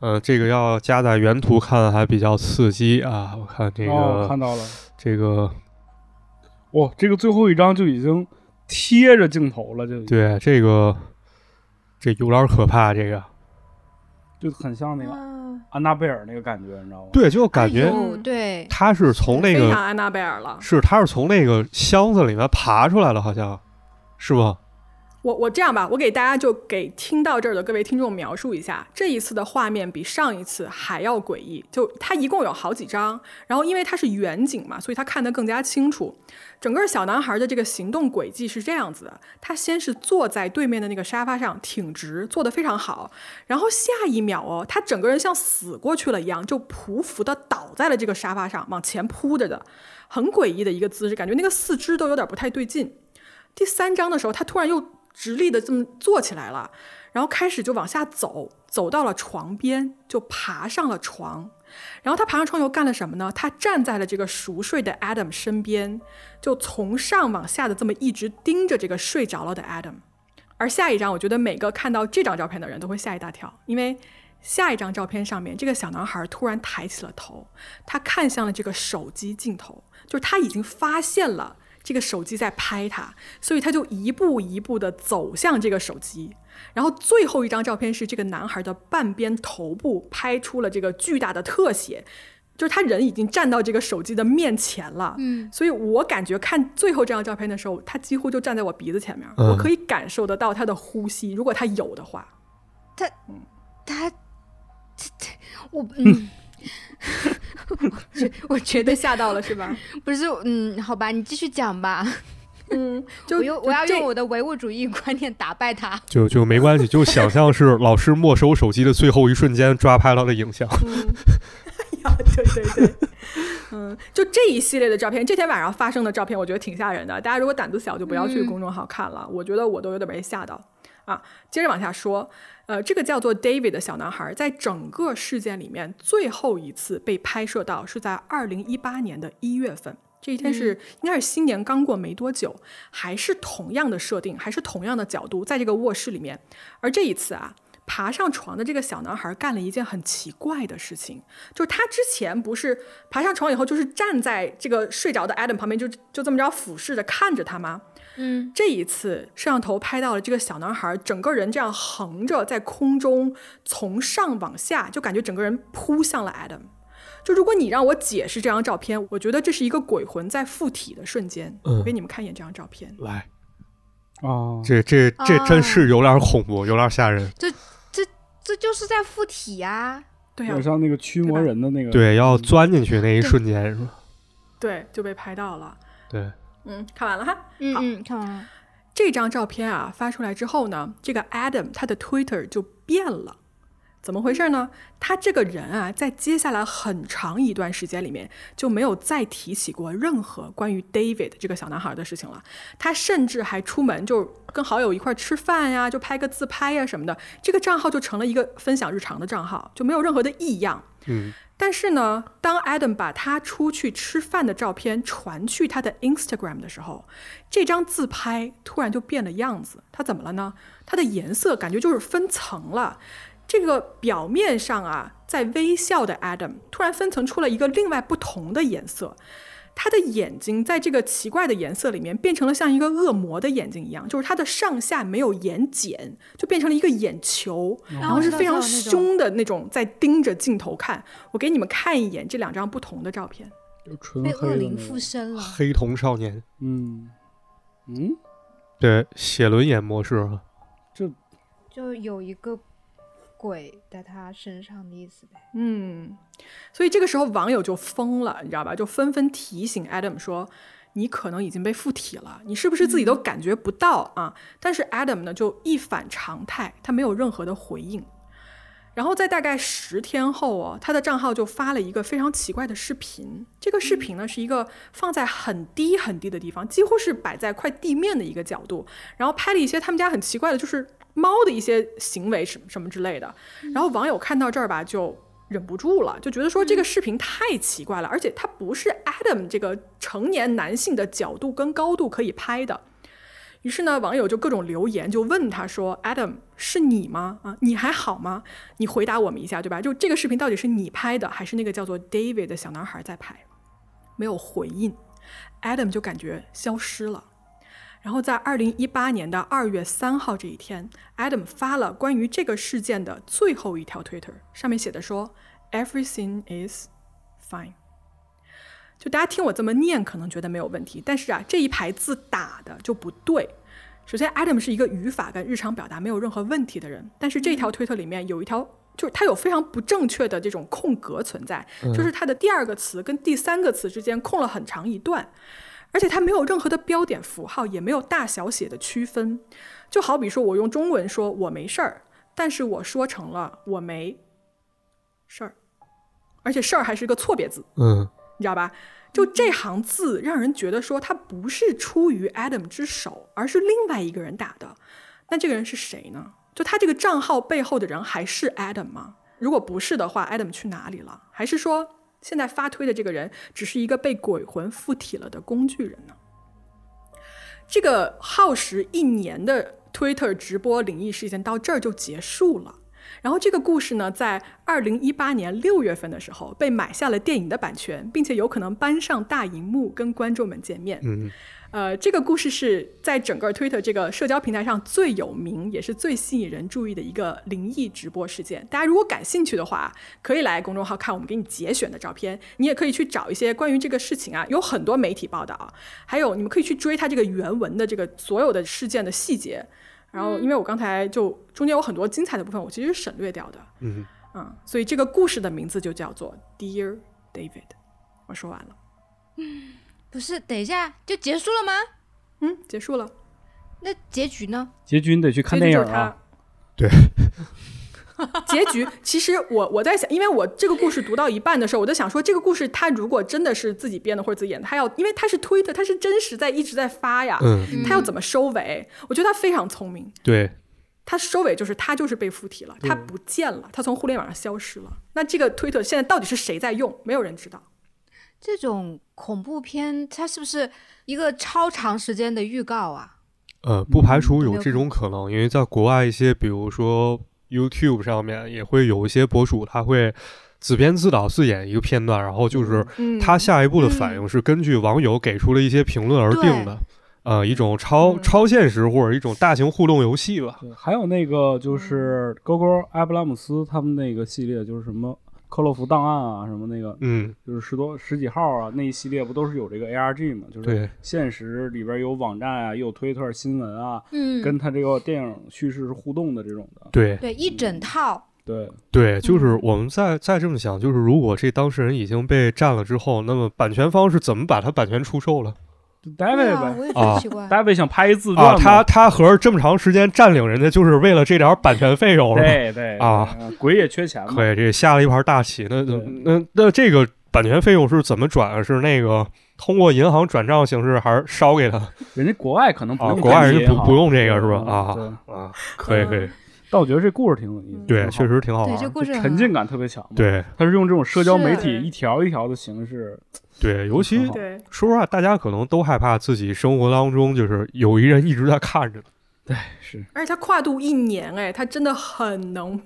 Speaker 3: 呃，这个要加在原图看还比较刺激啊！我看这个，
Speaker 4: 哦，看到了，
Speaker 3: 这个，
Speaker 4: 哇，这个最后一张就已经贴着镜头了，就已经
Speaker 3: 对这个，这有点可怕。这个，
Speaker 4: 就很像那个
Speaker 5: 啊
Speaker 4: 安娜贝尔那个感觉，你知道吗？
Speaker 3: 对，就感觉
Speaker 1: 哎呦
Speaker 2: 哦，对，
Speaker 3: 他是从那
Speaker 1: 非
Speaker 3: 个
Speaker 1: 常安娜贝尔了。
Speaker 3: 是他是从那个箱子里面爬出来了，好像是吗？
Speaker 1: 我我这样吧，我给大家就给听到这儿的各位听众描述一下，这一次的画面比上一次还要诡异。就它一共有好几张，然后因为它是远景嘛，所以他看得更加清楚。整个小男孩的这个行动轨迹是这样子的：他先是坐在对面的那个沙发上，挺直，坐得非常好。然后下一秒哦，他整个人像死过去了一样，就匍匐的倒在了这个沙发上，往前扑着的，很诡异的一个姿势，感觉那个四肢都有点不太对劲。第三章的时候，他突然又直立的这么坐起来了，然后开始就往下走，走到了床边，就爬上了床。然后他爬上床以后干了什么呢？他站在了这个熟睡的 Adam 身边，就从上往下的这么一直盯着这个睡着了的 Adam。而下一张，我觉得每个看到这张照片的人都会吓一大跳，因为下一张照片上面，这个小男孩突然抬起了头，他看向了这个手机镜头，就是他已经发现了这个手机在拍他，所以他就一步一步地走向这个手机。然后最后一张照片是这个男孩的半边头部拍出了这个巨大的特写，就是他人已经站到这个手机的面前了。
Speaker 2: 嗯，
Speaker 1: 所以我感觉看最后这张照片的时候，他几乎就站在我鼻子前面，
Speaker 3: 嗯
Speaker 1: 我可以感受得到他的呼吸，如果他有的话。
Speaker 2: 他，他，我， [laughs] 嗯，我觉
Speaker 1: 也
Speaker 2: 得
Speaker 1: 被吓到了是吧？
Speaker 2: 不是，嗯，好吧，你继续讲吧。
Speaker 1: [laughs] 嗯，就
Speaker 2: 我用我要
Speaker 1: 这
Speaker 2: 用我的唯物主义观念打败他。
Speaker 3: 就就没关系，就想象是老师没收手机的最后一瞬间抓拍到的影像。
Speaker 1: 嗯，哎呀，对对对，嗯，就这一系列的照片，这天晚上发生的照片，我觉得挺吓人的。大家如果胆子小，就不要去
Speaker 2: 嗯
Speaker 1: 公众号看了，我觉得我都有点被吓到啊。接着往下说，呃，这个叫做 David 的小男孩，在整个事件里面，最后一次被拍摄到是在二零一八年的一月份。这一天是、应该是新年刚过没多久，还是同样的设定，还是同样的角度，在这个卧室里面。而这一次啊，爬上床的这个小男孩干了一件很奇怪的事情，就是他之前不是爬上床以后，就是站在这个睡着的 Adam 旁边就，就这么着俯视着看着他吗？
Speaker 2: 嗯，
Speaker 1: 这一次，摄像头拍到了这个小男孩整个人这样横着在空中从上往下，就感觉整个人扑向了 Adam。就如果你让我解释这张照片，我觉得这是一个鬼魂在附体的瞬间。
Speaker 3: 嗯
Speaker 1: 我给你们看一眼这张照片。
Speaker 3: 来，
Speaker 4: 啊，
Speaker 3: 这这这
Speaker 2: 啊
Speaker 3: 真是有点恐怖，有点吓人。
Speaker 2: 这就是在附体呀、
Speaker 1: 对啊
Speaker 4: 有
Speaker 1: 呀、
Speaker 4: 点像那个驱魔人的那个，
Speaker 3: 对，要钻进去那一瞬间是吧？
Speaker 1: 对，就被拍到了。
Speaker 3: 对，
Speaker 1: 嗯，看完了哈。
Speaker 2: 嗯
Speaker 1: 好
Speaker 2: 嗯，看完了。
Speaker 1: 这张照片啊发出来之后呢，这个 Adam 他的 Twitter 就变了。怎么回事呢？他这个人啊，在接下来很长一段时间里面就没有再提起过任何关于 David 这个小男孩的事情了。他甚至还出门就跟好友一块儿吃饭呀、就拍个自拍呀、什么的。这个账号就成了一个分享日常的账号，就没有任何的异样。
Speaker 3: 嗯，
Speaker 1: 但是呢，当 Adam 把他出去吃饭的照片传去他的 Instagram 的时候，这张自拍突然就变了样子。它怎么了呢？它的颜色感觉就是分层了。这个表面上啊，在微笑的 Adam 突然分层出了一个另外不同的颜色。他的眼睛在这个奇怪的颜色里面变成了像一个恶魔的眼睛一样，就是他的上下没有眼睑，就变成了一个眼球，然后是非常
Speaker 2: 知道知道那种
Speaker 1: 凶的那种在盯着镜头看。我给你们看一眼这两张不同的照片。
Speaker 4: 就纯
Speaker 2: 被
Speaker 4: 黑
Speaker 2: 恶
Speaker 4: 的
Speaker 2: 灵
Speaker 4: 那
Speaker 2: 附
Speaker 4: 个，
Speaker 2: 身了。
Speaker 3: 黑瞳少年，
Speaker 4: 嗯嗯，
Speaker 3: 对，写轮眼模式啊。
Speaker 2: 就有一个鬼在他身上的意思呗。
Speaker 1: 嗯，所以这个时候网友就疯了，你知道吧？就纷纷提醒 Adam 说：“你可能已经被附体了，你是不是自己都感觉不到啊？”但是 Adam 呢，就一反常态，他没有任何的回应。然后在大概十天后哦，他的账号就发了一个非常奇怪的视频。这个视频呢是一个放在很低很低的地方，几乎是摆在快地面的一个角度，然后拍了一些他们家很奇怪的，就是猫的一些行为什么什么之类的。然后网友看到这儿吧，就忍不住了，就觉得说这个视频太奇怪了，而且它不是 Adam 这个成年男性的角度跟高度可以拍的。于是呢，网友就各种留言，就问他说：“Adam，是你吗？啊，你还好吗？你回答我们一下，对吧？就这个视频到底是你拍的，还是那个叫做 David 的小男孩在拍？”没有回应，Adam 就感觉消失了。然后在二零一八年的二月三号这一天，Adam 发了关于这个事件的最后一条 Twitter，上面写的说：“Everything is fine。”就大家听我这么念，可能觉得没有问题，但是啊，这一排字打的就不对。首先，Adam 是一个语法跟日常表达没有任何问题的人，但是这条推特里面有一条，就是它有非常不正确的这种空格存在，就是它的第二个词跟第三个词之间空了很长一段，而且它没有任何的标点符号，也没有大小写的区分。就好比说我用中文说我没事儿，但是我说成了我没事儿，而且事儿还是个错别字。
Speaker 3: 嗯
Speaker 1: 你知道吧？就这行字让人觉得说他不是出于 Adam 之手，而是另外一个人打的。那这个人是谁呢？就他这个账号背后的人还是 Adam 吗？如果不是的话，Adam 去哪里了？还是说现在发推的这个人只是一个被鬼魂附体了的工具人呢？这个耗时一年的 Twitter 直播灵异事件到这儿就结束了。然后这个故事呢，在二零一八年六月份的时候被买下了电影的版权，并且有可能搬上大荧幕跟观众们见面。
Speaker 3: 嗯，
Speaker 1: 呃，这个故事是在整个 Twitter 这个社交平台上最有名，也是最吸引人注意的一个灵异直播事件。大家如果感兴趣的话，可以来公众号看我们给你节选的照片，你也可以去找一些关于这个事情啊，有很多媒体报道啊，还有你们可以去追它这个原文的这个所有的事件的细节。然后，因为我刚才就中间有很多精彩的部分，我其实是省略掉的，
Speaker 3: 嗯，
Speaker 1: 嗯，所以这个故事的名字就叫做《Dear David》。我说完了，
Speaker 2: 不是，等一下就结束了吗？
Speaker 1: 嗯，结束了。
Speaker 2: 那结局呢？
Speaker 4: 结局你得去看电影啊。 [laughs]
Speaker 3: 对，
Speaker 1: 结局其实我我在想，因为我这个故事读到一半的时候，我就想说，这个故事他如果真的是自己编的或者自己演的，他要因为他是推的，他是真实在一直在发呀，
Speaker 3: 嗯
Speaker 1: 他要怎么收尾？我觉得他非常聪明，
Speaker 3: 对，
Speaker 1: 他收尾就是他就是被附体了，
Speaker 4: 嗯
Speaker 1: 他不见了，他从互联网上消失了。那这个推特现在到底是谁在用？没有人知道。
Speaker 2: 这种恐怖片它是不是一个超长时间的预告啊？
Speaker 3: 呃，不排除
Speaker 2: 没
Speaker 3: 有
Speaker 2: 有
Speaker 3: 这种可能，因为在国外一些，比如说 YouTube 上面也会有一些博主，他会自编自导自演一个片段，然后就是
Speaker 1: 嗯，
Speaker 3: 他下一步的反应是根据网友给出了一些评论而定的，呃，一种超
Speaker 1: 嗯
Speaker 3: 超现实或者一种大型互动游戏吧。
Speaker 4: 对，还有那个就是勾勾埃布拉姆斯他们那个系列，就是什么克洛夫档案啊，什么那个
Speaker 3: 嗯，
Speaker 4: 就是十多十几号啊那一系列，不都是有这个 ARG 嘛？就是
Speaker 3: 对，
Speaker 4: 现实里边有网站啊，也有推特新闻啊，
Speaker 2: 嗯，
Speaker 4: 跟他这个电影叙事是互动的这种的。
Speaker 3: 对，
Speaker 2: 对一整套，
Speaker 4: 对，
Speaker 3: 对，就是我们再再这么想，就是如果这当事人已经被占了之后，那么版权方是怎么把他版权出售了？
Speaker 4: 就
Speaker 2: 对
Speaker 4: David
Speaker 2: 啊，
Speaker 4: 呗
Speaker 2: 我也觉得
Speaker 3: 啊
Speaker 2: 奇怪。
Speaker 4: ，David 想拍一自传
Speaker 3: 啊，
Speaker 4: 嘛
Speaker 3: 他他合着这么长时间占领人家，就是为了这点儿版权费用是吧？
Speaker 4: 对对
Speaker 3: 啊，
Speaker 4: 对鬼也缺钱嘛。
Speaker 3: 可以，这下了一盘大棋。那那
Speaker 4: 对
Speaker 3: 那那这个版权费用是怎么转啊？是那个通过银行转账形式，还是烧给 [laughs] 他？
Speaker 4: 人家国外可能不
Speaker 3: 啊
Speaker 4: 用这些
Speaker 3: 国
Speaker 4: 哈，
Speaker 3: 外人家不不用这个是吧
Speaker 4: 嗯
Speaker 3: 啊
Speaker 4: 对，
Speaker 3: 啊，可以可以，
Speaker 4: 但我觉得这故事挺有意思，
Speaker 3: 对，
Speaker 4: 挺好
Speaker 3: 确实挺好
Speaker 2: 对，
Speaker 3: 玩
Speaker 2: 这
Speaker 3: 儿。
Speaker 2: 故事
Speaker 4: 就
Speaker 2: 很
Speaker 4: 沉
Speaker 2: 好
Speaker 4: 浸感特别强嘛。，
Speaker 3: 对
Speaker 4: 他是用这种社交媒体
Speaker 1: 啊是
Speaker 4: 一条一条的形式，
Speaker 3: 对，尤其
Speaker 4: 挺好
Speaker 1: 对，
Speaker 3: 说实话，大家可能都害怕自己生活当中就是有一人一直在看着。
Speaker 4: 是
Speaker 1: 而且他跨度一年，哎，他真的很能，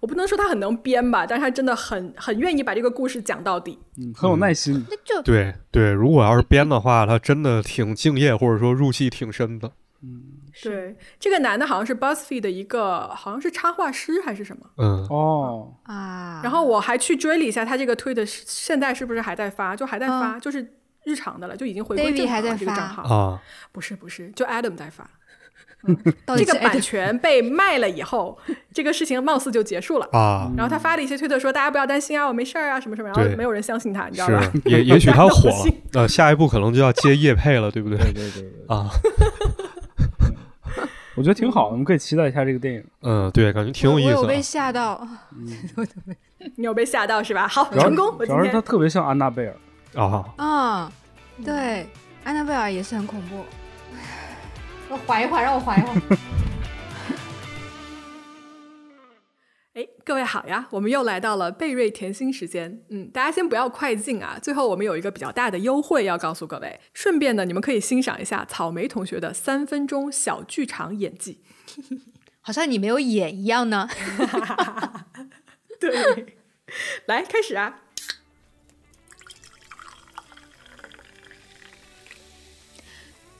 Speaker 1: 我不能说他很能编吧，但是他真的很很愿意把这个故事讲到底。
Speaker 4: 嗯很有耐心。
Speaker 2: 那就
Speaker 3: 对对，如果要是编的话，他真的挺敬业，或者说入戏挺深的。
Speaker 1: 对，这个男的好像是 BuzzFeed 的一个，好像是插画师还是什么。
Speaker 3: 嗯，
Speaker 4: 哦，
Speaker 2: 啊，
Speaker 1: 然后我还去追了一下他这个推的是，现在是不是还在发？就还在发，就是日常的了，就已经回归
Speaker 2: 嗯 David
Speaker 1: 正常
Speaker 2: 还在
Speaker 1: 了。这个
Speaker 2: 发
Speaker 1: 账号
Speaker 3: 啊，
Speaker 1: 不是不是，就 Adam 在发。
Speaker 2: 到底
Speaker 1: 这
Speaker 2: 哎是
Speaker 1: 个版
Speaker 2: 哦 Adam-
Speaker 1: 权被卖了以
Speaker 2: [laughs]
Speaker 1: 后，这个事情貌似就结束了。
Speaker 2: 嗯
Speaker 3: 啊，
Speaker 1: 然后他发了一些推特说大家不要担心啊，我没事儿啊，什么什么，然
Speaker 3: 对
Speaker 1: 后没有人相信他，你知道吧？
Speaker 3: 是也也许他火
Speaker 1: 不
Speaker 3: 了
Speaker 1: 信，
Speaker 3: 呃，下一步可能就要接叶配了，对不对？
Speaker 4: 对对对对，
Speaker 3: 啊，
Speaker 4: 我觉得挺好的，我们可以期待一下这个电影。
Speaker 3: 嗯，对，感觉挺有意
Speaker 2: 我有
Speaker 3: 思
Speaker 2: 被
Speaker 3: 的。
Speaker 2: 吓到，
Speaker 1: 你有被吓到是吧？好，
Speaker 4: 主要
Speaker 1: 成功！我
Speaker 4: 主
Speaker 1: 今
Speaker 4: 要是它
Speaker 1: 天
Speaker 4: 特别像安娜贝尔，
Speaker 3: 啊，
Speaker 2: 啊，对，安娜贝尔也是很恐怖。我缓一缓，让我缓一缓。
Speaker 1: 哎，各位好呀，我们又来到了贝瑞甜心时间。嗯，大家先不要快进啊，最后我们有一个比较大的优惠要告诉各位，顺便呢，你们可以欣赏一下草莓同学的三分钟小剧场演技。
Speaker 2: 好像你没有演一样呢。
Speaker 1: 对， [laughs] 来开始啊！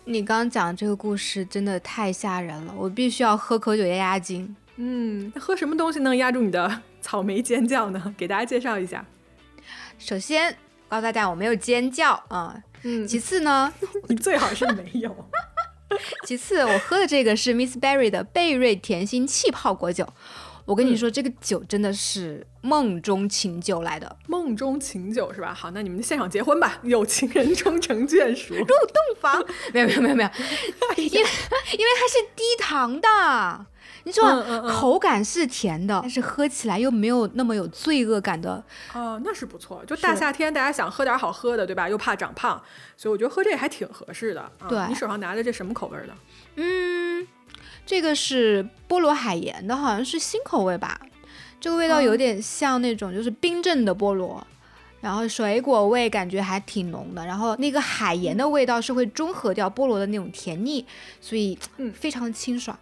Speaker 2: 你刚刚讲这个故事真的太吓人了，我必须要喝口酒压压惊。
Speaker 1: 嗯，那喝什么东西能压住你的草莓尖叫呢？ [laughs] 给大家介绍一下。
Speaker 2: 首先告诉大家，我没有尖叫啊。
Speaker 1: 嗯，
Speaker 2: 其次呢，
Speaker 1: 你最好是没有。
Speaker 2: 其次我喝的这个是 Miss Berry 的贝瑞甜心气泡果酒。我跟你
Speaker 1: 嗯
Speaker 2: 说，这个酒真的是梦中情酒来的，
Speaker 1: 梦中情酒是吧？好，那你们现场结婚吧，有情人终成眷属。
Speaker 2: 房没有没有没有没
Speaker 1: 哎
Speaker 2: 有，因为因为它是低糖的，你知道吗、
Speaker 1: 嗯嗯嗯
Speaker 2: 口感是甜的，但是喝起来又没有那么有罪恶感的。
Speaker 1: 哦、那是不错。就大夏天，大家想喝点好喝的，对吧？又怕长胖，所以我觉得喝这还挺合适的。啊
Speaker 2: 对
Speaker 1: 你手上拿的这什么口味的？
Speaker 2: 嗯，这个是菠萝海盐的，好像是新口味吧？这个味道有点像那种就是冰镇的菠萝，然后水果味感觉还挺浓的，然后那个海盐的味道是会中和掉菠萝的那种甜腻，所以
Speaker 1: 嗯
Speaker 2: 非常清爽。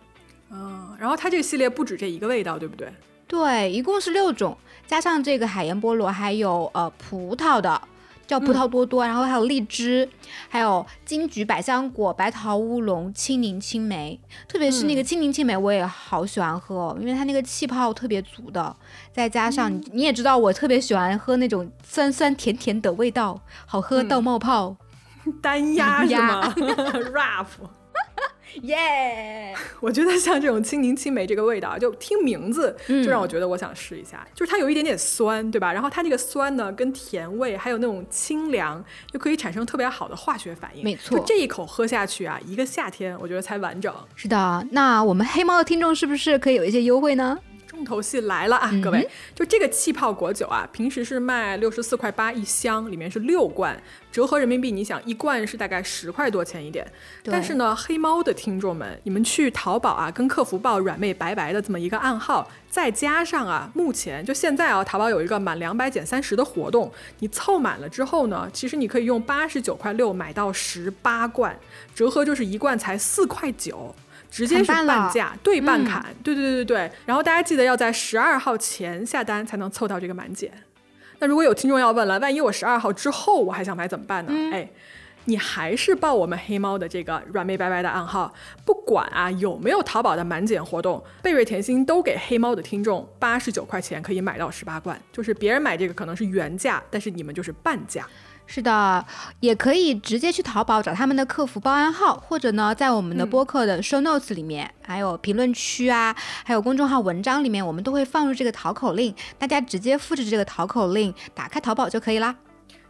Speaker 1: 嗯，然后它这个系列不止这一个味道，对不对？
Speaker 2: 对，一共是六种，加上这个海盐菠萝，还有呃葡萄的，叫葡萄多多，然后还有荔枝，还有金桔、百香果、白桃乌龙、青柠、青梅。特别是那个青柠青梅，我也好喜欢喝哦，因为它那个气泡特别足的，再加上、你也知道，我特别喜欢喝那种酸酸甜甜的味道，好喝到冒泡， [laughs]
Speaker 1: 单压
Speaker 2: 单
Speaker 1: 是
Speaker 2: 压
Speaker 1: 吗 [laughs] ？rap，
Speaker 2: 耶、
Speaker 1: 我觉得像这种青柠青梅这个味道，就听名字就
Speaker 2: 嗯
Speaker 1: 让我觉得我想试一下。就是它有一点点酸，对吧？然后它那个酸呢，跟甜味还有那种清凉，就可以产生特别好的化学反应。
Speaker 2: 没错
Speaker 1: 就这一口喝下去啊，一个夏天我觉得才完整。
Speaker 2: 是的，那我们黑猫的听众是不是可以有一些优惠呢？
Speaker 1: 重头戏来了啊，各位！就这个气泡果酒啊，平时是卖六十四块八一箱，里面是六罐，折合人民币，你想一罐是大概十块多钱一点。
Speaker 2: 对
Speaker 1: 但是呢，黑猫的听众们，你们去淘宝啊，跟客服报“软妹白白”的这么一个暗号，再加上啊，目前就现在啊，淘宝有一个满两百减三十的活动，你凑满了之后呢，其实你可以用八十九块六买到十八罐，折合就是一罐才四块九。直接是
Speaker 2: 砍半了嗯
Speaker 1: 半价，对半砍，对对对对对。然后大家记得要在十二号前下单才能凑到这个满减。那如果有听众要问了，万一我十二号之后我还想买怎么办呢？
Speaker 2: 嗯
Speaker 1: 哎，你还是报我们黑猫的这个软妹白白的暗号，不管啊有没有淘宝的满减活动，贝瑞甜心都给黑猫的听众八十九块钱可以买到十八罐，就是别人买这个可能是原价，但是你们就是半价。
Speaker 2: 是的，也可以直接去淘宝找他们的客服报暗号，或者呢，在我们的播客的 show notes 里面，还有评论区啊，还有公众号文章里面，我们都会放入这个淘口令，大家直接复制这个淘口令，打开淘宝就可以啦。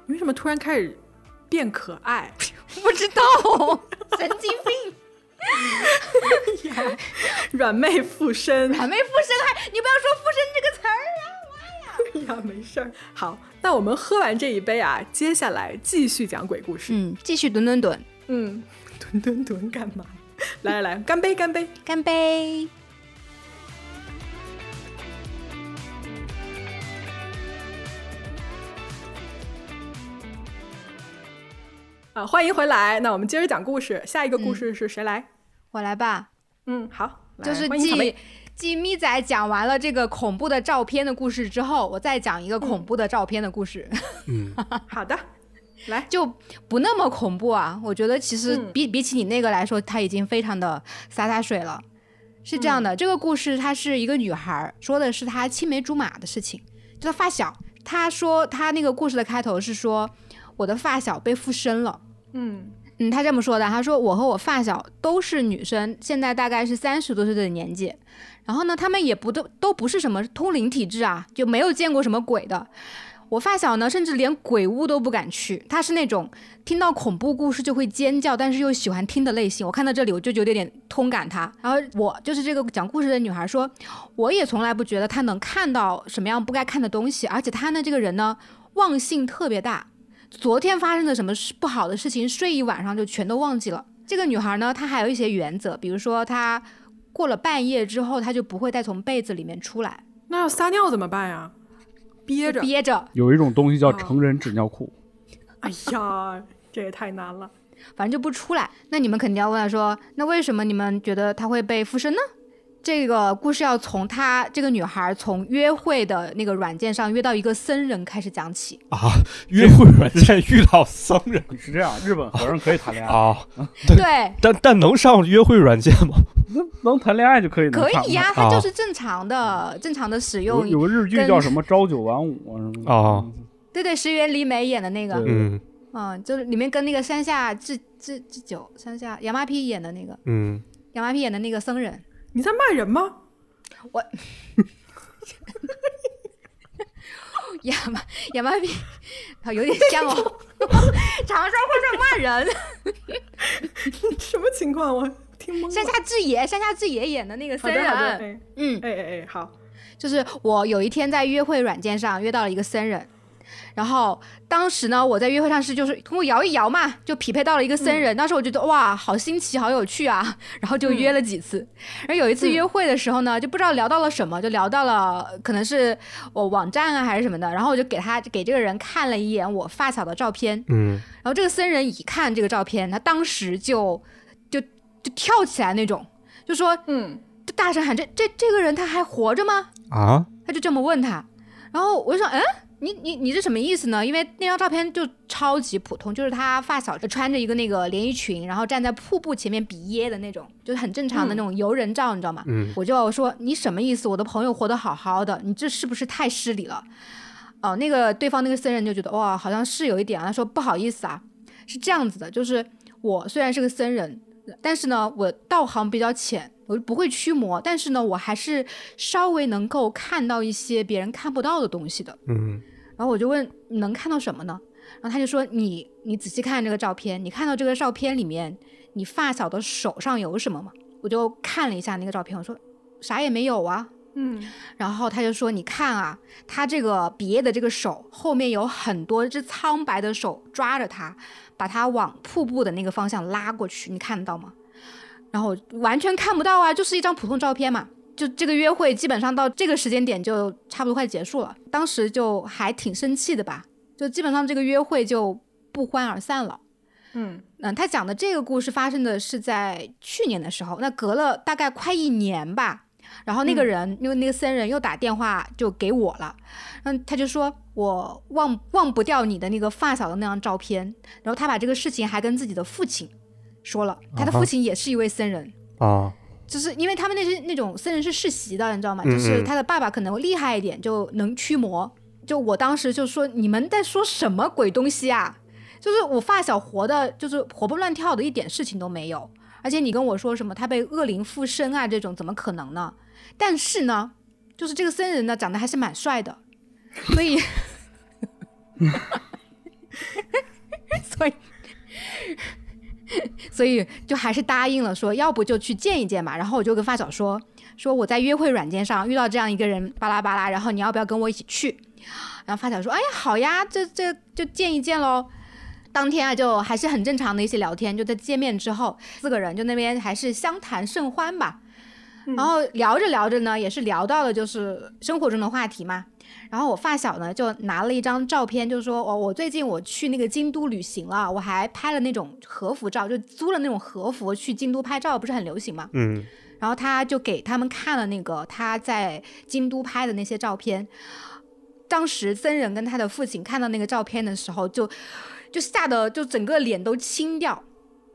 Speaker 1: 你为什么突然开始变可爱？
Speaker 2: 不知 [laughs] 道，神经病，
Speaker 1: 软妹附身。[laughs]
Speaker 2: [laughs] 还没附身还，你不要说附身这个词儿啊！ [laughs]
Speaker 1: 哎呀，没事儿。好，那我们喝完这一杯啊，接下来继续讲鬼故事。
Speaker 2: 嗯，继续蹲蹲蹲，
Speaker 1: 嗯， [laughs] 蹲蹲蹲干嘛？来来来，干杯干杯！
Speaker 2: 干杯！
Speaker 1: 啊，欢迎回来。那我们接着讲故事，下一个故事是谁来？
Speaker 2: 我来吧，
Speaker 1: 嗯，好，来
Speaker 2: 就是
Speaker 1: 欢迎草莓
Speaker 2: 继继咪仔讲完了这个恐怖的照片的故事之后，我再讲一个恐怖的照片的故事。
Speaker 3: 嗯，
Speaker 1: 好的，来，
Speaker 2: 就不那么恐怖啊。我觉得其实比、比起你那个来说，它已经非常的洒洒水了。是这样的，这个故事它是一个女孩儿说的是她青梅竹马的事情，就她发小。她说她那个故事的开头是说我的发小被附身了。
Speaker 1: 嗯
Speaker 2: 嗯，他这么说的，他说我和我发小都是女生，现在大概是三十多岁的年纪，然后呢，他们也不都都不是什么通灵体质啊，就没有见过什么鬼的。我发小呢，甚至连鬼屋都不敢去，他是那种听到恐怖故事就会尖叫，但是又喜欢听的类型。我看到这里，我就有点点通感他。然后我就是这个讲故事的女孩说，我也从来不觉得她能看到什么样不该看的东西，而且她呢这个人呢，忘性特别大。昨天发生的什么事不好的事情，睡一晚上就全都忘记了。这个女孩呢，她还有一些原则，比如说她过了半夜之后，她就不会再从被子里面出来，
Speaker 1: 那要撒尿怎么办呀？憋着。
Speaker 2: 憋着，
Speaker 4: 有一种东西叫成人纸尿裤，
Speaker 1: 哎呀，这也太难了。
Speaker 2: 反正就不出来。那你们肯定要问他说，那为什么你们觉得他会被附身呢？这个故事要从她这个女孩从约会的那个软件上约到一个僧人开始讲起。
Speaker 3: 啊，约会软件遇到僧人
Speaker 4: 是这样，
Speaker 3: [laughs]
Speaker 4: 日本和尚可以谈恋爱，
Speaker 3: 啊，
Speaker 2: 对，
Speaker 3: 但但能上约会软件吗？
Speaker 4: 那能谈恋爱就可以能
Speaker 2: 可
Speaker 4: 看
Speaker 2: 以
Speaker 4: [laughs]
Speaker 2: 呀、它
Speaker 3: 看
Speaker 2: 就是正常的、正常的使
Speaker 4: 啊有
Speaker 2: 用。
Speaker 4: 有个日剧
Speaker 2: 跟
Speaker 4: 叫什么《朝九晚五》啊
Speaker 1: 哎
Speaker 4: 什么的
Speaker 3: 啊，
Speaker 2: 对对，石原里美演的那个，
Speaker 4: 对
Speaker 3: 嗯
Speaker 2: 嗯，就是里面跟那个山下智智智久、山下杨麻皮演的那个
Speaker 3: 嗯，
Speaker 2: 杨麻皮演的那个僧人，
Speaker 1: 你在骂人吗？
Speaker 2: 亚麻亚麻皮，好有点像哦。 [laughs] 长沙话在骂人，
Speaker 1: 什么情况？我听懵了。
Speaker 2: 山下智也，山下智也演的那个
Speaker 1: 好
Speaker 2: 僧
Speaker 1: 的好的，
Speaker 2: 人，
Speaker 1: 哎
Speaker 2: 嗯，
Speaker 1: 哎哎哎，好。
Speaker 2: 就是我有一天在约会软件上约到了一个僧人，然后当时呢，我在约会上是就是通过摇一摇嘛，就匹配到了一个僧人。当时我觉得哇，好新奇，好有趣啊，然后就约了几次。而有一次约会的时候呢，就不知道聊到了什么，就聊到了可能是我网站啊还是什么的，然后我就给他给这个人看了一眼我发小的照片，
Speaker 3: 嗯，
Speaker 2: 然后这个僧人一看这个照片，他当时就就就跳起来那种，就说
Speaker 1: 嗯，
Speaker 2: 就大声喊这这这个人他还活着吗？
Speaker 3: 啊，
Speaker 2: 他就这么问他，然后我就说，嗯，你你你是什么意思呢？因为那张照片就超级普通，就是他发小穿着一个那个连衣裙，然后站在瀑布前面比耶的那种，就是很正常的那种游人照，你知道吗？
Speaker 3: 嗯
Speaker 2: 我就说你什么意思？我的朋友活得好好的，你这是不是太失礼了？哦，那个对方那个僧人就觉得哇，好像是有一点啊。他说不好意思啊，是这样子的，就是我虽然是个僧人，但是呢，我道行比较浅，我不会驱魔，但是呢，我还是稍微能够看到一些别人看不到的东西的。
Speaker 3: 嗯
Speaker 2: 然后我就问你能看到什么呢？然后他就说你你仔细看这个照片，你看到这个照片里面你发小的手上有什么吗？我就看了一下那个照片，我说啥也没有啊。
Speaker 1: 嗯，
Speaker 2: 然后他就说你看啊，他这个别的这个手后面有很多只苍白的手抓着他，把他往瀑布的那个方向拉过去，你看得到吗？然后完全看不到啊，就是一张普通照片嘛。就这个约会基本上到这个时间点就差不多快结束了，当时就还挺生气的吧，就基本上这个约会就不欢而散了。
Speaker 1: 嗯
Speaker 2: 嗯，他讲的这个故事发生的是在去年的时候，那隔了大概快一年吧。然后那
Speaker 3: 嗯
Speaker 2: 个人，因为那个僧人又打电话就给我了，嗯，他就说我忘忘不掉你的那个发小的那张照片，然后他把这个事情还跟自己的父亲说了，他的
Speaker 3: 啊哈
Speaker 2: 父亲也是一位僧人，
Speaker 3: 啊，
Speaker 2: 就是因为他们那些那种僧人是世袭的，你知道吗？
Speaker 3: 嗯
Speaker 2: 就是他的爸爸可能厉害一点，就能驱魔。就我当时就说你们在说什么鬼东西啊！就是我发小活的，就是活蹦乱跳的，一点事情都没有。而且你跟我说什么他被恶灵附身啊，这种怎么可能呢？但是呢，就是这个僧人呢，长得还是蛮帅的，所以，所以，所以就还是答应了说，要不就去见一见嘛。然后我就跟发小说，说我在约会软件上遇到这样一个人，巴拉巴拉，然后你要不要跟我一起去？然后发小说，哎呀，好呀，这这就见一见喽。当天啊，就还是很正常的一些聊天，就在见面之后，四个人就那边还是相谈甚欢吧。然后聊着聊着呢，也是聊到了就是生活中的话题嘛。然后我发小呢就拿了一张照片，就说：“哦，我最近我去那个京都旅行了，我还拍了那种和服照，就租了那种和服去京都拍照，不是很流行嘛。
Speaker 3: 嗯
Speaker 2: 然后他就给他们看了那个他在京都拍的那些照片。当时僧人跟他的父亲看到那个照片的时候就，就吓得就整个脸都青掉。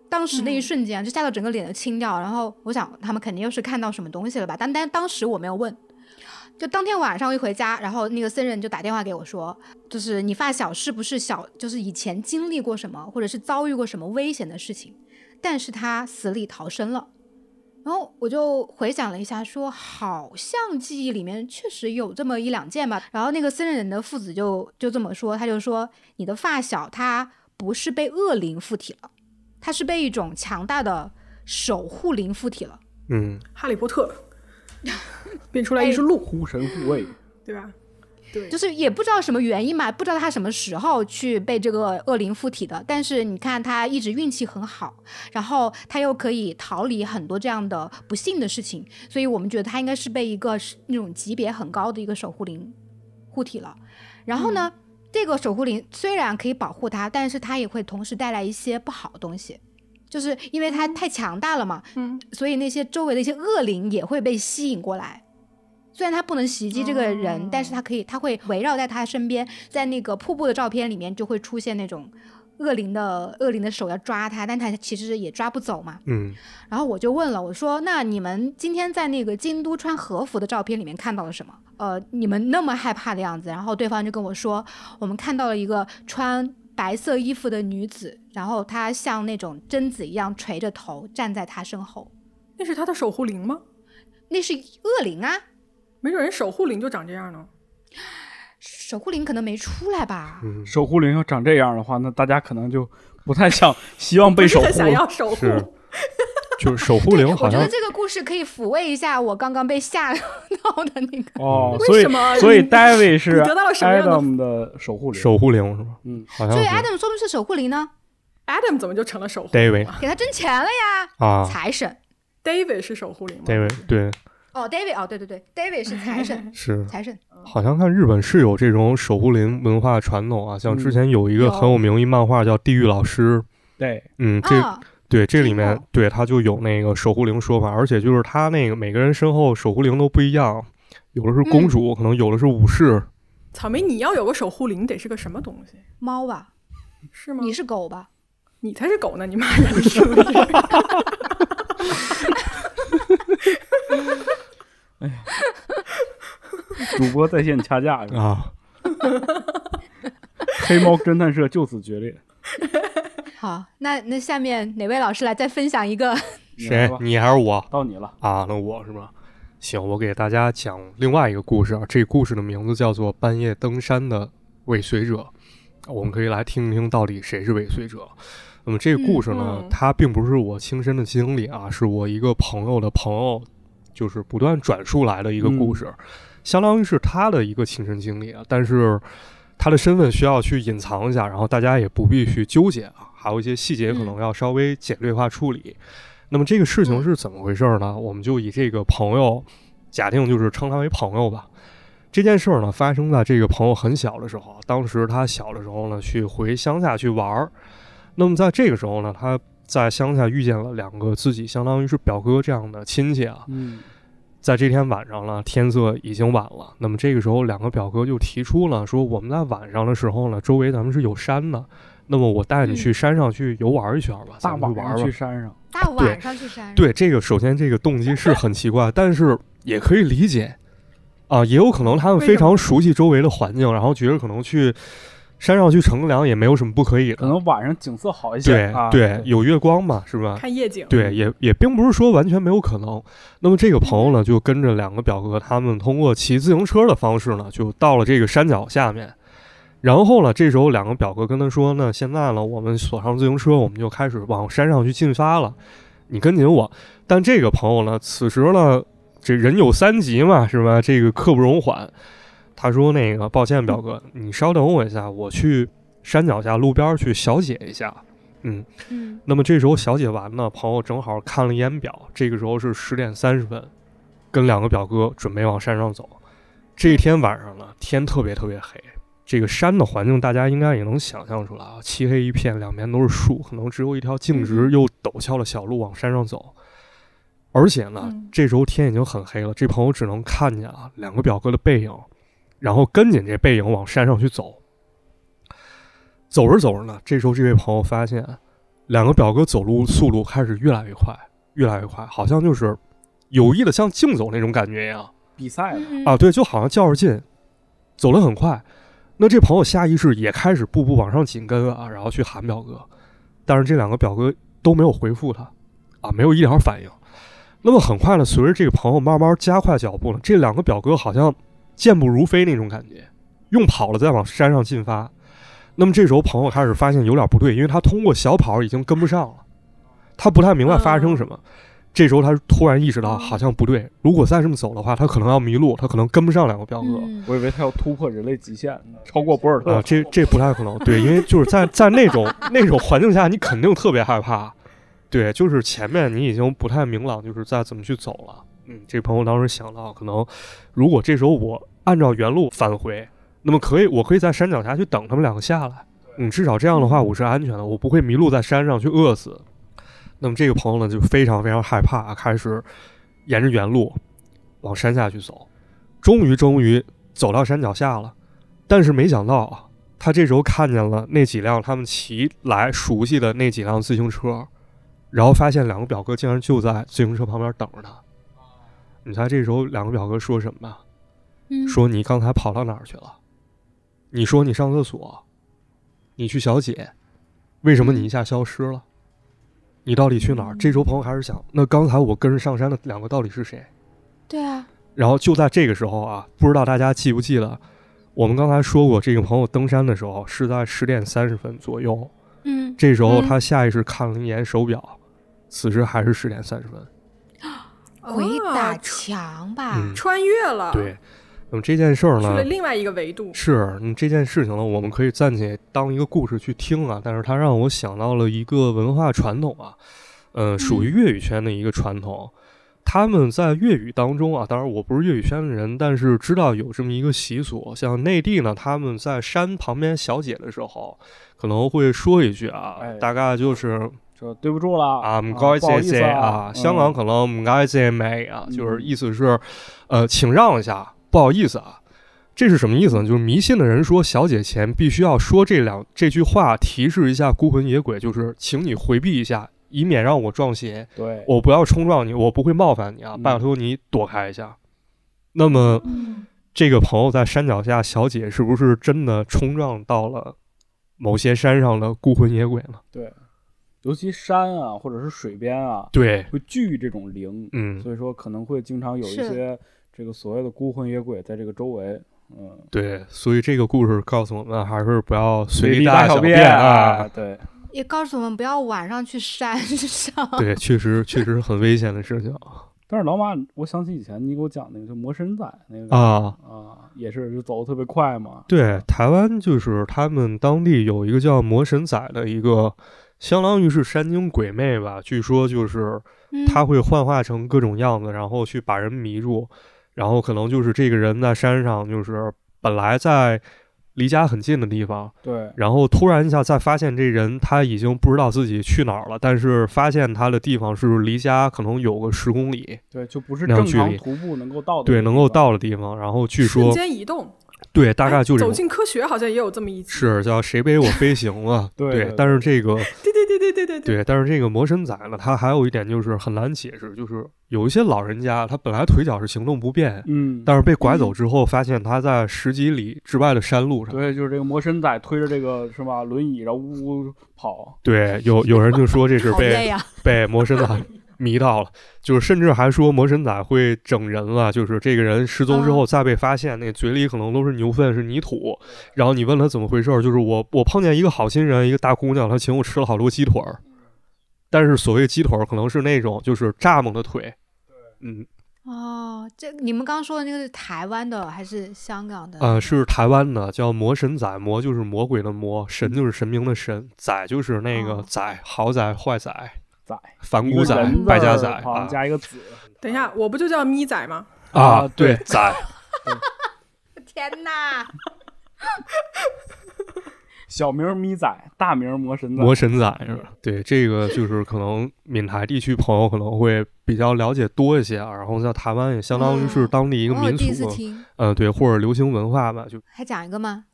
Speaker 2: 当时那一瞬间啊就吓到整个脸都青掉。然后我想他们肯定又是看到什么东西了吧？但但当时我没有问。就当天晚上一回家，然后那个僧人就打电话给我说，就是你发小是不是小，就是以前经历过什么，或者是遭遇过什么危险的事情，但是他死里逃生了。然后我就回想了一下说，好像记忆里面确实有这么一两件吧。然后那个僧人的父子就就这么说，他就说你的发小他不是被恶灵附体了，他是被一种强大的守护灵附体了。
Speaker 3: 嗯，
Speaker 1: 哈利波 [laughs] 特变出来一只鹿，
Speaker 4: 护神护卫，
Speaker 1: 对吧？对，
Speaker 2: 就是也不知道什么原因嘛，不知道他什么时候去被这个恶灵附体的。但是你看他一直运气很好，然后他又可以逃离很多这样的不幸的事情，所以我们觉得他应该是被一个是那种级别很高的一个守护灵护体了。然后
Speaker 1: 嗯
Speaker 2: 呢，这个守护灵虽然可以保护他，但是他也会同时带来一些不好的东西。就是因为他太强大了嘛，
Speaker 1: 嗯，
Speaker 2: 所以那些周围的一些恶灵也会被吸引过来。虽然他不能袭击这个人，
Speaker 1: 哦
Speaker 2: 但是他可以，他会围绕在他身边。在那个瀑布的照片里面，就会出现那种恶灵的恶灵的手要抓他，但他其实也抓不走嘛。
Speaker 3: 嗯，
Speaker 2: 然后我就问了，我说：“那你们今天在那个京都穿和服的照片里面看到了什么？呃，你们那么害怕的样子。”然后对方就跟我说：“我们看到了一个穿白色衣服的女子，然后她像那种贞子一样垂着头站在她身后，
Speaker 1: 那是他的守护灵吗？
Speaker 2: 那是恶灵啊，
Speaker 1: 没准人守护灵就长这样呢。
Speaker 2: 守护灵可能没出来吧？
Speaker 4: 守护灵要长这样的话，那大家可能就不太想希望被守
Speaker 1: 不
Speaker 4: 护
Speaker 1: 是很想要守护，
Speaker 3: 是，就是守
Speaker 2: [laughs]
Speaker 3: 护灵
Speaker 2: 我
Speaker 3: 好
Speaker 2: 觉
Speaker 3: 像
Speaker 2: 得这个故事可以抚慰一下我刚刚被吓到的那个。”
Speaker 4: 哦。所
Speaker 1: 为
Speaker 4: 以
Speaker 1: 什么
Speaker 4: 所以
Speaker 1: 你 [laughs]
Speaker 4: David 是
Speaker 1: 你得到了什么样的
Speaker 4: Adam 的守护灵，
Speaker 3: 守护灵是吧？
Speaker 4: 嗯，
Speaker 3: 好像
Speaker 2: 所以
Speaker 3: 是
Speaker 2: Adam 说明是守护灵呢，
Speaker 1: Adam 怎么就成了守护
Speaker 3: David
Speaker 2: 给他挣钱了呀，
Speaker 3: 啊
Speaker 2: 财神。
Speaker 1: ？David 是守护灵吗
Speaker 3: ，David 对，
Speaker 2: 哦，David，哦，对对对，David 是财神
Speaker 3: [laughs] 是，
Speaker 2: 财神。
Speaker 3: 好像看日本是有这种守护灵文化传统啊，像之
Speaker 4: 嗯
Speaker 3: 前有一个
Speaker 2: 有
Speaker 3: 很有名一漫画叫《地狱老师》，
Speaker 4: 对，
Speaker 3: 嗯，这
Speaker 2: 啊，
Speaker 3: 对，这里
Speaker 2: 听
Speaker 3: 面
Speaker 2: 过
Speaker 3: 对它就有那个守护灵说法，而且就是它那个每个人身后守护灵都不一样，有的是公
Speaker 2: 嗯
Speaker 3: 主，可能有的是武士，
Speaker 1: 草莓，你要有个守护灵，得是个什么东西？
Speaker 2: 猫吧，
Speaker 1: 是吗？
Speaker 2: 你是狗吧？
Speaker 1: 你才是狗呢，你骂人是
Speaker 3: [laughs]
Speaker 1: 不是？
Speaker 4: 主播在线掐架，
Speaker 3: 啊，
Speaker 4: 黑猫侦探社就此决裂。
Speaker 2: 好，那那下面哪位老师来再分享一
Speaker 3: [laughs]
Speaker 2: 个？
Speaker 4: 你
Speaker 3: 谁
Speaker 4: 来吧？
Speaker 3: 你还是我
Speaker 4: 到你了，
Speaker 3: 啊？那我是吧？行，我给大家讲另外一个故事啊，这个故事的名字叫做《半夜登山的尾随者》，我们可以来听听到底谁是尾随者。那么这个故事呢，
Speaker 1: 嗯嗯
Speaker 3: 它并不是我亲身的经历啊，是我一个朋友的朋友，就是不断转述来的一个
Speaker 1: 嗯
Speaker 3: 故事，相当于是他的一个亲身经历啊。但是他的身份需要去隐藏一下，然后大家也不必去纠结啊，还有一些细节可能要稍微简略化处理。那么这个事情是怎么回事呢？我们就以这个朋友假定就是称他为朋友吧。这件事儿呢，发生在这个朋友很小的时候。啊当时他小的时候呢，去回乡下去玩儿。那么在这个时候呢，他在乡下遇见了两个自己相当于是表哥这样的亲戚啊。
Speaker 4: 嗯，
Speaker 3: 在这天晚上呢，天色已经晚了。那么这个时候，两个表哥就提出了说，我们在晚上的时候呢，周围咱们是有山的，那么我带你去山上去游玩一圈吧，
Speaker 4: 嗯大
Speaker 3: 咱们
Speaker 4: 晚
Speaker 3: 去玩
Speaker 4: 上
Speaker 3: 玩
Speaker 4: 去山上，
Speaker 2: 大晚上去山上，
Speaker 3: 对，这个首先这个动机是很奇怪，但是也可以理解啊，也有可能他们
Speaker 1: 为
Speaker 3: 非
Speaker 1: 什么
Speaker 3: 常熟悉周围的环境，然后觉得可能去山上去乘个凉也没有什么不可以
Speaker 4: 可
Speaker 3: 的。
Speaker 4: 能晚上景色好一些
Speaker 3: 对、
Speaker 4: 啊。
Speaker 3: 对，有月光嘛，是吧？
Speaker 1: 看夜景，
Speaker 3: 对，也也并不是说完全没有可能。那么这个朋友呢，就跟着两个表哥，他们通过骑自行车的方式呢，就到了这个山脚下面。然后呢，这时候两个表哥跟他说呢，现在呢，我们锁上自行车，我们就开始往山上去进发了，你跟紧我。但这个朋友呢，此时呢，这人有三急嘛，是吧？这个刻不容缓。他说：“那个，抱歉，表哥，你稍等我一下，我去山脚下路边儿去小解一下。”嗯，
Speaker 2: 嗯，
Speaker 3: 那么这时候小姐完呢，朋友正好看了一眼表，这个时候是十点三十分，跟两个表哥准备往山上走。这一天晚上呢，天特别特别黑，这个山的环境大家应该也能想象出来啊，漆黑一片，两边都是树，可能只有一条径直又陡峭的小路往山上走。而且呢，
Speaker 1: 嗯
Speaker 3: 这时候天已经很黑了，这朋友只能看见啊两个表哥的背影，然后跟紧这背影往山上去走。走着走着呢，这时候这位朋友发现两个表哥走路速度开始越来越快，越来越快，好像就是有意的像竞走那种感觉一样
Speaker 4: 比赛了，
Speaker 2: 嗯
Speaker 3: 啊，，对，就好像较着劲，走得很快。那这朋友下意识也开始步步往上紧跟啊，然后去喊表哥，但是这两个表哥都没有回复他，啊，没有一点反应。那么很快呢，随着这个朋友慢慢加快脚步呢，这两个表哥好像健步如飞那种感觉，用跑了再往山上进发。那么这时候朋友开始发现有点不对，因为他通过小跑已经跟不上了，他不太明白发生什么。这时候他突然意识到好像不对，如果再这么走的话，他可能要迷路，他可能跟不上两个表哥。
Speaker 2: 嗯，
Speaker 4: 我以为他要突破人类极限，超过博尔特。
Speaker 3: 啊，这这不太可能，对，因为就是在在那种那种环境下，你肯定特别害怕，对，就是前面你已经不太明朗，就是在怎么去走了。嗯，这朋友当时想到，可能如果这时候我按照原路返回，那么可以，我可以在山脚下去等他们两个下来。嗯，至少这样的话我是安全的，我不会迷路在山上去饿死。那么这个朋友呢，就非常非常害怕，开始沿着原路往山下去走。终于，终于走到山脚下了。但是没想到啊，他这时候看见了那几辆他们骑来熟悉的那几辆自行车，然后发现两个表哥竟然就在自行车旁边等着他。你猜这时候两个表哥说什么吧？
Speaker 2: 嗯
Speaker 3: 说你刚才跑到哪儿去了？你说你上厕所，你去小姐，为什么你一下消失了？你到底去哪儿？这时候朋友还是想，那刚才我跟着上山的两个到底是谁？
Speaker 2: 对啊，
Speaker 3: 然后就在这个时候啊，不知道大家记不记得，我们刚才说过，这个朋友登山的时候是在十点三十分左右。
Speaker 2: 嗯，
Speaker 3: 这时候
Speaker 2: 嗯
Speaker 3: 他下意识看了一眼手表，此时还是十点三十分。
Speaker 2: 鬼
Speaker 1: 啊
Speaker 2: 打墙吧，
Speaker 3: 哦嗯，
Speaker 1: 穿越了，，
Speaker 3: 对。那么这件事儿
Speaker 1: 去了
Speaker 3: 呢，
Speaker 1: 另外一个维度。
Speaker 3: 是嗯这件事情呢，我们可以暂且当一个故事去听啊，但是它让我想到了一个文化传统啊，呃，属于粤语圈的一个传统。他们在粤语当中啊，当然我不是粤语圈的人，但是知道有这么一个习俗。像内地呢，他们在山旁边小姐的时候，可能会说一句啊，
Speaker 4: 哎
Speaker 3: 大概就是
Speaker 4: 这对不住啦
Speaker 3: 啊，唔
Speaker 4: 不好
Speaker 3: 该
Speaker 4: 意思
Speaker 3: 姐姐啊
Speaker 4: 啊，，
Speaker 3: 香港
Speaker 4: 嗯
Speaker 3: 可能唔该姐妹啊，
Speaker 4: 嗯
Speaker 3: 就是意思是，呃，请让一下，不好意思啊。这是什么意思呢？就是迷信的人说，小姐前必须要说这两这句话，提示一下孤魂野鬼，就是请你回避一下，以免让我撞邪。
Speaker 4: 对，
Speaker 3: 我不要冲撞你，我不会冒犯你啊，
Speaker 4: 嗯
Speaker 3: 拜托你躲开一下。那么，这个朋友在山脚下，小姐是不是真的冲撞到了某些山上的孤魂野鬼呢？
Speaker 4: 尤其山啊，或者是水边啊，
Speaker 3: 对，
Speaker 4: 会聚这种灵，
Speaker 3: 嗯，
Speaker 4: 所以说可能会经常有一
Speaker 2: 是
Speaker 4: 些这个所谓的孤魂野鬼在这个周围。嗯，
Speaker 3: 对，所以这个故事告诉我们，还是不要随
Speaker 4: 地
Speaker 3: 地
Speaker 4: 大
Speaker 3: 小
Speaker 4: 便
Speaker 3: 啊。
Speaker 4: 对，
Speaker 2: 也告诉我们不要晚上去山上。
Speaker 4: 啊
Speaker 3: 对，确实确实很危险的事
Speaker 4: [laughs]
Speaker 3: 情
Speaker 4: 但是老马，我想起以前你给我讲那个就魔神仔那个
Speaker 3: 啊。
Speaker 4: 啊，也是就走的特别快嘛。
Speaker 3: 对，台湾就是他们当地有一个叫魔神仔的一个，相当于是山精鬼魅吧。据说就是
Speaker 2: 嗯
Speaker 3: 他会幻化成各种样子，然后去把人迷住，然后可能就是这个人在山上，就是本来在离家很近的地方，
Speaker 4: 对，
Speaker 3: 然后突然一下再发现这人他已经不知道自己去哪儿了，但是发现他的地方是离家可能有个十公里，
Speaker 4: 对，就不是
Speaker 3: 那
Speaker 4: 正
Speaker 3: 样距
Speaker 4: 常
Speaker 3: 离
Speaker 4: 徒步能够到的地
Speaker 3: 对，
Speaker 4: 方，
Speaker 3: 能够到的地方。然后据
Speaker 1: 瞬
Speaker 3: 说
Speaker 1: 间移动，
Speaker 3: 对，大概就
Speaker 1: 哎
Speaker 3: 这
Speaker 1: 走
Speaker 3: 种。
Speaker 1: 进科学好像也有这么一集，
Speaker 3: 是叫谁背我飞行嘛？
Speaker 4: 对对对
Speaker 3: 但是这个
Speaker 1: [laughs] 对对对对对对对，
Speaker 3: 对，但是这个魔神仔呢，他还有一点就是很难解释，就是有一些老人家他本来腿脚是行动不便，
Speaker 4: 嗯，
Speaker 3: 但是被拐走之后，发现他在十几里之外的山路上。
Speaker 4: 对，就是这个魔神仔推着这个是吧轮椅，然后呜呜跑，
Speaker 3: 对，有有人就说这是
Speaker 2: 好
Speaker 3: 被
Speaker 2: 累啊呀、
Speaker 3: 被魔神仔迷到了，就是甚至还说魔神仔会整人了，就是这个人失踪之
Speaker 4: 嗯
Speaker 3: 后再被发现，那嘴里可能都是牛粪是泥土，然后你问他怎么回事儿，就是我我碰见一个好心人，一个大姑娘，她请我吃了好多鸡腿儿，但是所谓鸡腿儿可能是那种就是蚱蜢的腿，嗯
Speaker 2: 哦，这你们刚说的那个是台湾的还是香港的？
Speaker 3: 啊、呃是台湾的叫魔神仔，魔就是魔鬼的魔，神就是神明的神，仔就是那个
Speaker 2: 哦
Speaker 3: 仔，好仔坏仔。
Speaker 4: 仔
Speaker 3: 反
Speaker 4: 嗯一
Speaker 3: 骨
Speaker 4: 个
Speaker 3: 仔
Speaker 4: 人、
Speaker 3: 败家
Speaker 4: 字
Speaker 3: 仔
Speaker 4: 儿旁
Speaker 3: 啊
Speaker 4: 加一个子，
Speaker 1: 等一下，我不就叫咪仔吗？
Speaker 3: 啊，对
Speaker 4: 对
Speaker 3: 仔，
Speaker 2: 天哪！
Speaker 4: 小名咪仔，大名魔神仔，
Speaker 3: 魔神仔是吧？对，这个就是可能闽台地区朋友可能会比较了解多一些啊。然后在台湾也相当于是当地一个
Speaker 2: 我有嗯
Speaker 3: 民
Speaker 2: 哦第一次
Speaker 3: 俗嘛，
Speaker 2: 听，
Speaker 3: 嗯，对，或者流行文化吧，就
Speaker 2: 还讲一个吗？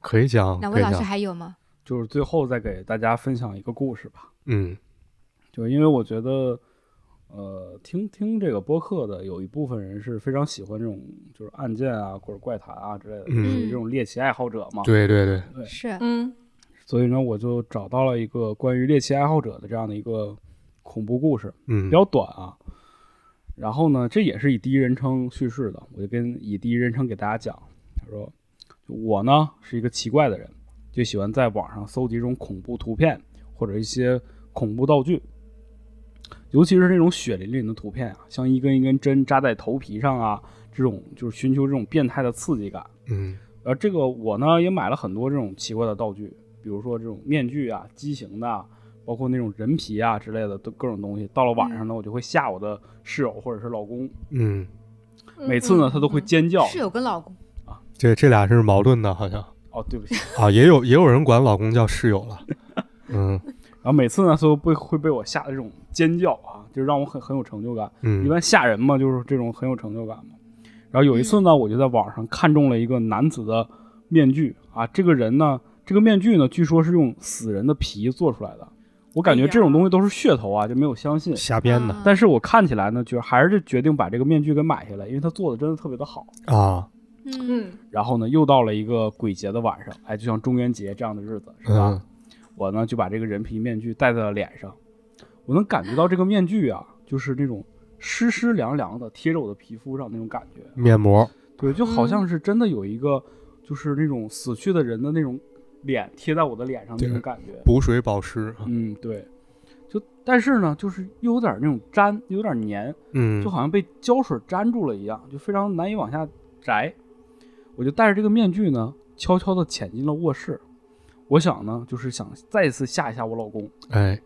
Speaker 3: 可以讲，
Speaker 2: 两
Speaker 3: 可
Speaker 2: 位
Speaker 3: 以
Speaker 2: 老师
Speaker 3: 讲，
Speaker 2: 还有吗？
Speaker 4: 就是最后再给大家分享一个故事吧。
Speaker 3: 嗯
Speaker 4: 就是因为我觉得，呃，听听这个播客的有一部分人是非常喜欢这种就是案件啊或者怪谈啊之类的，
Speaker 3: 嗯
Speaker 4: 属于这种猎奇爱好者嘛。
Speaker 3: 对对对，
Speaker 2: 是，
Speaker 1: 嗯，
Speaker 4: 所以呢，我就找到了一个关于猎奇爱好者的这样的一个恐怖故事，比
Speaker 3: 嗯
Speaker 4: 较短啊。然后呢，这也是以第一人称叙事的，我就跟以第一人称给大家讲，他说我呢是一个奇怪的人，就喜欢在网上搜集这种恐怖图片或者一些恐怖道具，尤其是那种血淋淋的图片啊，像一根一根针扎在头皮上啊，这种就是寻求这种变态的刺激感。
Speaker 3: 嗯
Speaker 4: 而这个我呢也买了很多这种奇怪的道具，比如说这种面具啊、畸形的啊，包括那种人皮啊之类的，都各种东西。到了晚上呢，我就会吓我的室友或者是老公，
Speaker 3: 嗯，
Speaker 4: 每次
Speaker 1: 嗯
Speaker 4: 呢他都会尖叫。
Speaker 2: 室友跟老公，
Speaker 3: 这这俩是矛盾的，好像
Speaker 4: 哦，对不起。
Speaker 3: 啊，也有也有人管老公叫室友了。嗯
Speaker 4: 然后每次呢都被会被我吓得这种尖叫啊，就让我很很有成就感。
Speaker 3: 嗯，
Speaker 4: 一般吓人嘛，就是这种很有成就感嘛。然后有一次呢，我就在网上看中了一个男子的面具啊，这个人呢，这个面具呢，据说是用死人的皮做出来的。我感觉这种东西都是噱头啊，就没有相信。
Speaker 3: 瞎编
Speaker 2: 嗯
Speaker 3: 的
Speaker 4: 但是我看起来呢，就还是决定把这个面具给买下来，因为他做的真的特别的好。
Speaker 3: 啊，
Speaker 2: 嗯
Speaker 1: 嗯，
Speaker 4: 然后呢，又到了一个鬼节的晚上，哎，就像中元节这样的日子，是吧？
Speaker 3: 嗯
Speaker 4: 我呢就把这个人皮面具戴在了脸上，我能感觉到这个面具啊，就是那种湿湿凉凉的贴着我的皮肤上那种感觉，
Speaker 3: 面膜，
Speaker 4: 对，就好
Speaker 3: 嗯
Speaker 4: 像是真的有一个就是那种死去的人的那种脸贴在我的脸上那种
Speaker 3: 对
Speaker 4: 感觉，
Speaker 3: 补水保湿，
Speaker 4: 嗯，对，就但是呢，就是又有点那种粘，又有点粘，
Speaker 3: 嗯，
Speaker 4: 就好像被胶水粘住了一样，就非常难以往下摘。我就戴着这个面具呢，悄悄地潜进了卧室。我想呢，就是想再次吓一吓我老公，
Speaker 3: 哎，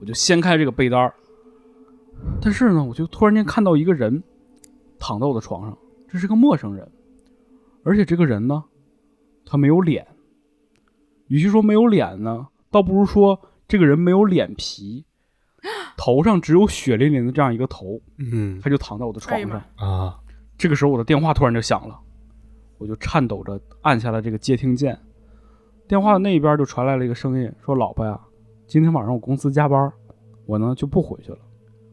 Speaker 4: 我就掀开这个被单儿。但是呢，我就突然间看到一个人躺在我的床上，这是个陌生人，而且这个人呢，他没有脸。与其说没有脸呢，倒不如说这个人没有脸皮，头上只有血淋淋的这样一个头。
Speaker 3: 嗯
Speaker 4: 他就躺在我的床
Speaker 1: 哎呀
Speaker 4: 上。
Speaker 1: 妈
Speaker 3: 啊，
Speaker 4: 这个时候我的电话突然就响了，我就颤抖着按下了这个接听键。电话的那一边就传来了一个声音，说：“老婆呀，今天晚上我公司加班，我呢就不回去了。”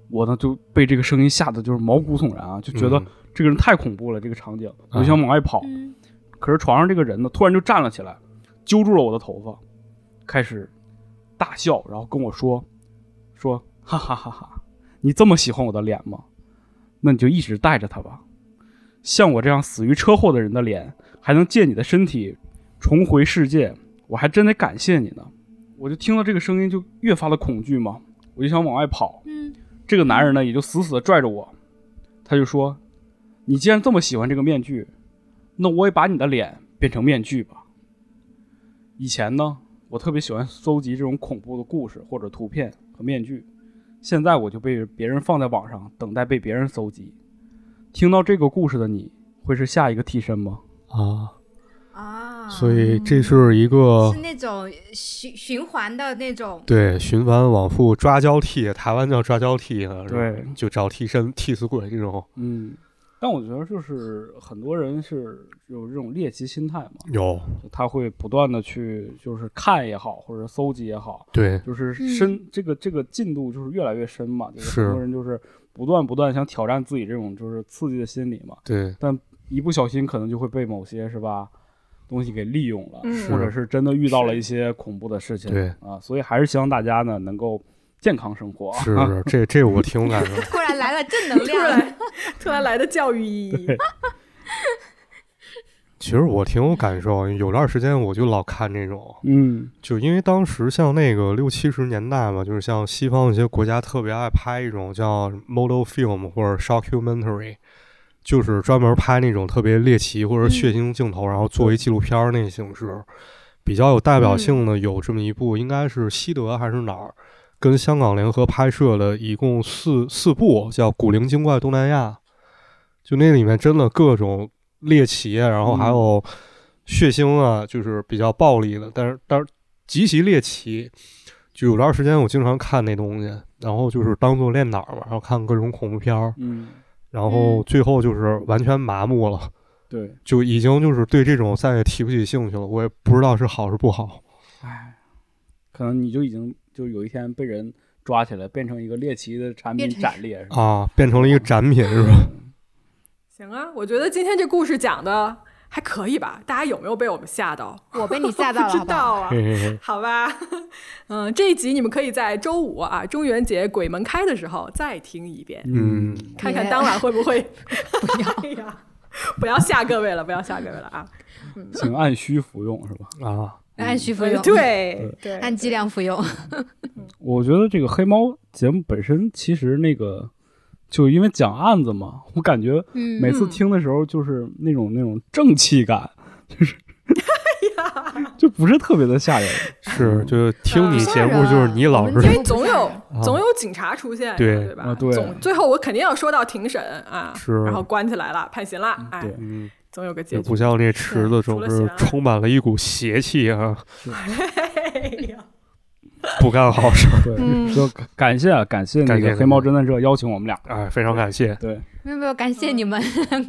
Speaker 4: 我呢就被这个声音吓得就是毛骨悚然啊，就觉得
Speaker 3: 嗯
Speaker 4: 这个人太恐怖了，这个场景，我就想往外跑。
Speaker 2: 嗯
Speaker 4: 可是床上这个人呢，突然就站了起来，揪住了我的头发，开始大笑，然后跟我说：“说哈哈哈哈，你这么喜欢我的脸吗？那你就一直带着它吧。像我这样死于车祸的人的脸，还能借你的身体重回世界，我还真得感谢你呢。”我就听到这个声音，就越发的恐惧嘛，我就想往外跑。
Speaker 2: 嗯
Speaker 4: 这个男人呢，也就死死的拽着我，他就说：“你既然这么喜欢这个面具，那我也把你的脸变成面具吧。”以前呢，我特别喜欢搜集这种恐怖的故事或者图片和面具，现在我就被别人放在网上，等待被别人搜集。听到这个故事的你，会是下一个替身吗？
Speaker 3: 啊，
Speaker 5: 啊，
Speaker 2: 嗯
Speaker 3: 所以呃这是一个
Speaker 5: 是那种循循环的那种，
Speaker 3: 对循环往复抓交替，台湾叫抓交替啊，是吧
Speaker 4: 对
Speaker 3: 就找替身替死鬼这种，
Speaker 4: 嗯，但我觉得就是很多人是有这种猎奇心态嘛，
Speaker 3: 有
Speaker 4: 他会不断的去就是看也好，或者搜集也好，
Speaker 3: 对，
Speaker 4: 就是
Speaker 2: 嗯
Speaker 4: 深、这个这个进度就是越来越深嘛，就是
Speaker 3: 是
Speaker 4: 很多人就是不断不断想挑战自己这种就是刺激的心理嘛，
Speaker 3: 对，
Speaker 4: 一不小心可能就会被某些是吧东西给利用了，
Speaker 1: 嗯
Speaker 4: 或者
Speaker 3: 是
Speaker 4: 是真的遇到了一些恐怖的事情，
Speaker 3: 对
Speaker 4: 啊，所以还是希望大家呢能够健康生活，
Speaker 3: [laughs]
Speaker 4: 啊
Speaker 3: 是是，这这我挺有感受的。
Speaker 5: 突然来了正能
Speaker 1: [laughs] 突
Speaker 5: 量，
Speaker 1: 然嗯突然来的教育意义，
Speaker 3: 其实我挺有感受，有段时间我就老看这种，
Speaker 4: 嗯
Speaker 3: 就因为当时像那个六七十年代嘛，就是像西方一些国家特别爱拍一种叫 model film 或者 shockumentary，就是专门拍那种特别猎奇或者血腥镜头，然后作为纪录片儿那形式。比较有代表性的有这么一部，应该是西德还是哪儿，跟香港联合拍摄了一共四四部，叫《古灵精怪东南亚》。就那里面真的各种猎奇啊，然后还有血腥啊，就是比较暴力的，但是但是极其猎奇。就有段时间我经常看那东西，然后就是当做练脑嘛，然后看各种恐怖片儿，
Speaker 4: 嗯，
Speaker 3: 然后
Speaker 2: 嗯
Speaker 3: 最后就是完全麻木了，
Speaker 4: 对，
Speaker 3: 就已经就是对这种再也提不起兴趣了。我也不知道是好是不好。
Speaker 4: 唉，可能你就已经就有一天被人抓起来，变成一个猎奇的产品
Speaker 2: 变成
Speaker 4: 展列，是
Speaker 3: 啊
Speaker 4: 吧？
Speaker 3: 啊，变成了一个展品是吧？
Speaker 1: 行啊，我觉得今天这故事讲的还可以吧？大家有没有被我们吓到？
Speaker 2: 我被你吓到了，
Speaker 1: [laughs] 不
Speaker 2: 好
Speaker 1: 知
Speaker 2: 不好
Speaker 1: 道啊。
Speaker 3: [laughs] 嘿嘿嘿
Speaker 1: [laughs] 好吧，嗯，这一集你们可以在周五啊，中元节鬼门开的时候再听一遍，
Speaker 3: [laughs] 嗯，
Speaker 1: 看看
Speaker 2: 别
Speaker 1: 当晚会不会
Speaker 2: 不要。
Speaker 1: [laughs] 哎呀，不要吓各位了，不要吓各位了啊！
Speaker 4: 请按需服用是吧？
Speaker 3: 啊，
Speaker 2: 按需服用，，
Speaker 1: 哎
Speaker 3: 嗯
Speaker 1: 对对，
Speaker 2: 按剂量
Speaker 1: [laughs]
Speaker 2: 服用。
Speaker 4: 我觉得这个黑猫节目本身其实那个，就因为讲案子嘛，我感觉
Speaker 2: 嗯，
Speaker 4: 每次
Speaker 1: 嗯
Speaker 4: 听的时候就是那种那种正气感，就是 [laughs] 就不是特别的吓人。
Speaker 3: 是，就是听
Speaker 1: 嗯
Speaker 3: 你
Speaker 1: 是
Speaker 3: 节目就是你老
Speaker 2: 我
Speaker 3: 是
Speaker 2: 们
Speaker 1: 因
Speaker 2: 节
Speaker 1: 为
Speaker 2: 目
Speaker 1: 总有
Speaker 3: 啊
Speaker 1: 总有警察出现呀，
Speaker 3: 对嗯
Speaker 1: 对吧？
Speaker 4: 啊对
Speaker 1: 总最后我肯定要说到庭审啊，
Speaker 3: 是
Speaker 1: 然后关起来了，判刑了，哎
Speaker 4: 对，
Speaker 3: 嗯，
Speaker 1: 总有个结
Speaker 3: 也
Speaker 1: 局
Speaker 3: 不。像这池子
Speaker 1: 除
Speaker 3: 总
Speaker 1: 了
Speaker 3: 是
Speaker 1: 咸
Speaker 3: 充满了一股邪气啊，
Speaker 1: [laughs] 哎呀
Speaker 3: 不干好事儿。
Speaker 4: 对，
Speaker 2: 嗯
Speaker 4: [laughs] 就感感谢啊感谢那
Speaker 3: 感谢
Speaker 4: 个黑猫侦探社邀请我们俩。
Speaker 3: 哎，非常感
Speaker 4: [laughs]
Speaker 3: 谢，
Speaker 4: 对，
Speaker 2: 没有没有，感
Speaker 1: 嗯
Speaker 2: 谢你
Speaker 3: [laughs]
Speaker 2: 们。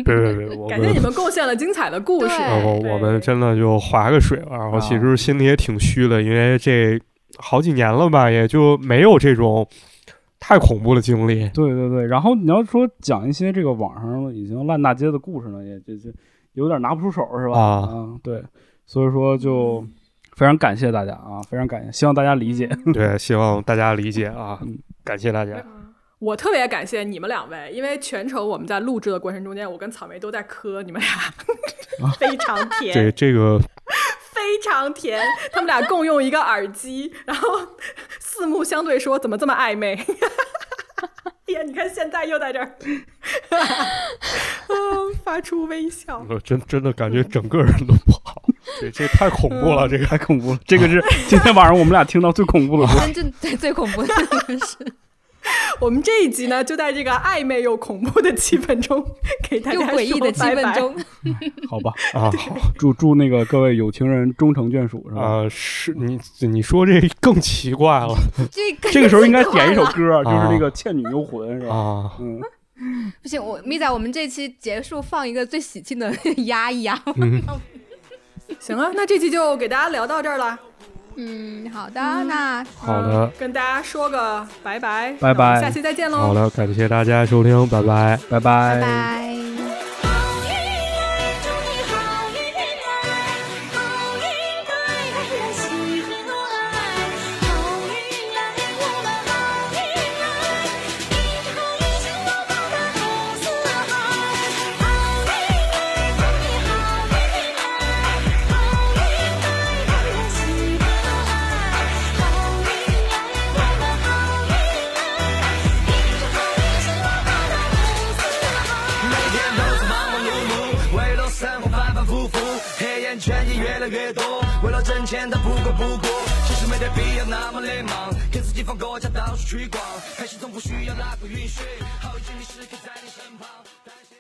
Speaker 3: 别别别，我
Speaker 1: 感觉你
Speaker 3: 们。
Speaker 1: 们贡献了精彩的故事
Speaker 2: 对，
Speaker 3: 呃我我们真的就划个水了，然后其
Speaker 4: 啊
Speaker 3: 实心里也挺虚的，因为这好几年了吧，也就没有这种太恐怖的经历。
Speaker 4: [laughs] 对对对，然后你要说讲一些这个网上已经烂大街的故事呢，也这这有点拿不出手是吧？
Speaker 3: 啊
Speaker 4: 嗯，对，所以说就非常感谢大家啊，非常感谢，希望大家理解。
Speaker 3: 对，希望大家理解啊
Speaker 4: 嗯，
Speaker 3: 感谢大家。
Speaker 1: 我特别感谢你们两位，因为全程我们在录制的过程中间，我跟草莓都在磕你们俩，
Speaker 4: 啊
Speaker 1: [laughs] 非常甜。
Speaker 3: 这这个
Speaker 1: 非常甜，他们俩共用一个耳机，然后四目相对说怎么这么暧昧？ [laughs] 哎呀，你看现在又在这
Speaker 4: [laughs]
Speaker 1: 儿，啊，发出微笑。
Speaker 3: 我呃真真的感觉整个人都不好，这这太恐怖了，这个
Speaker 4: 太 [laughs] 恐怖了！这个是今天晚上我们俩听到最恐怖的歌。
Speaker 2: 真正最最恐
Speaker 1: [laughs]
Speaker 2: 怖的是，
Speaker 1: 我们这一集呢，就在这个暧昧又恐怖的气氛中，给大家
Speaker 2: 又
Speaker 1: 说
Speaker 2: 诡异的气
Speaker 1: 拜
Speaker 2: 氛
Speaker 1: 拜
Speaker 2: 中，
Speaker 4: [laughs] 好吧，
Speaker 3: 啊好
Speaker 4: 祝祝那个各位有情人终成眷属，是吧？
Speaker 3: 啊，是你你说这更奇怪了
Speaker 2: [laughs] 这个
Speaker 4: 这个时候应该点一首歌，
Speaker 3: 更奇
Speaker 4: [laughs] 就
Speaker 3: 怪了
Speaker 4: 是那个《倩女幽魂》，是吧？
Speaker 3: 啊！
Speaker 4: 嗯，
Speaker 2: 不行，我米仔，我们这期结束放一个最喜庆的 [laughs] 压一压。
Speaker 3: 嗯，
Speaker 1: 行啊，那这期就给大家聊到这儿了，
Speaker 2: 嗯，好的，那
Speaker 3: 好的
Speaker 1: 嗯，跟大家说个拜拜，
Speaker 4: 拜拜
Speaker 1: 那我们下期再见喽，
Speaker 3: 好的，感谢大家收听，拜拜。
Speaker 2: 拜
Speaker 4: 拜拜
Speaker 2: 拜。
Speaker 7: 好运来，祝你好运来，好运带来了喜和爱。好运来，我们好运来，一好一幸福报答五四海。好运来，祝你好运来，好运带来了喜和爱。好运来，我们好运来，一好一幸福报答五四海。
Speaker 8: 每天都是忙忙碌碌，为了生活反反复复，黑眼圈也越来越多。为了挣钱的不过不过，其实没得必要那么累忙，给自己放个假到处去逛，开心从不需要那个允许，好运的时刻在你身旁。但是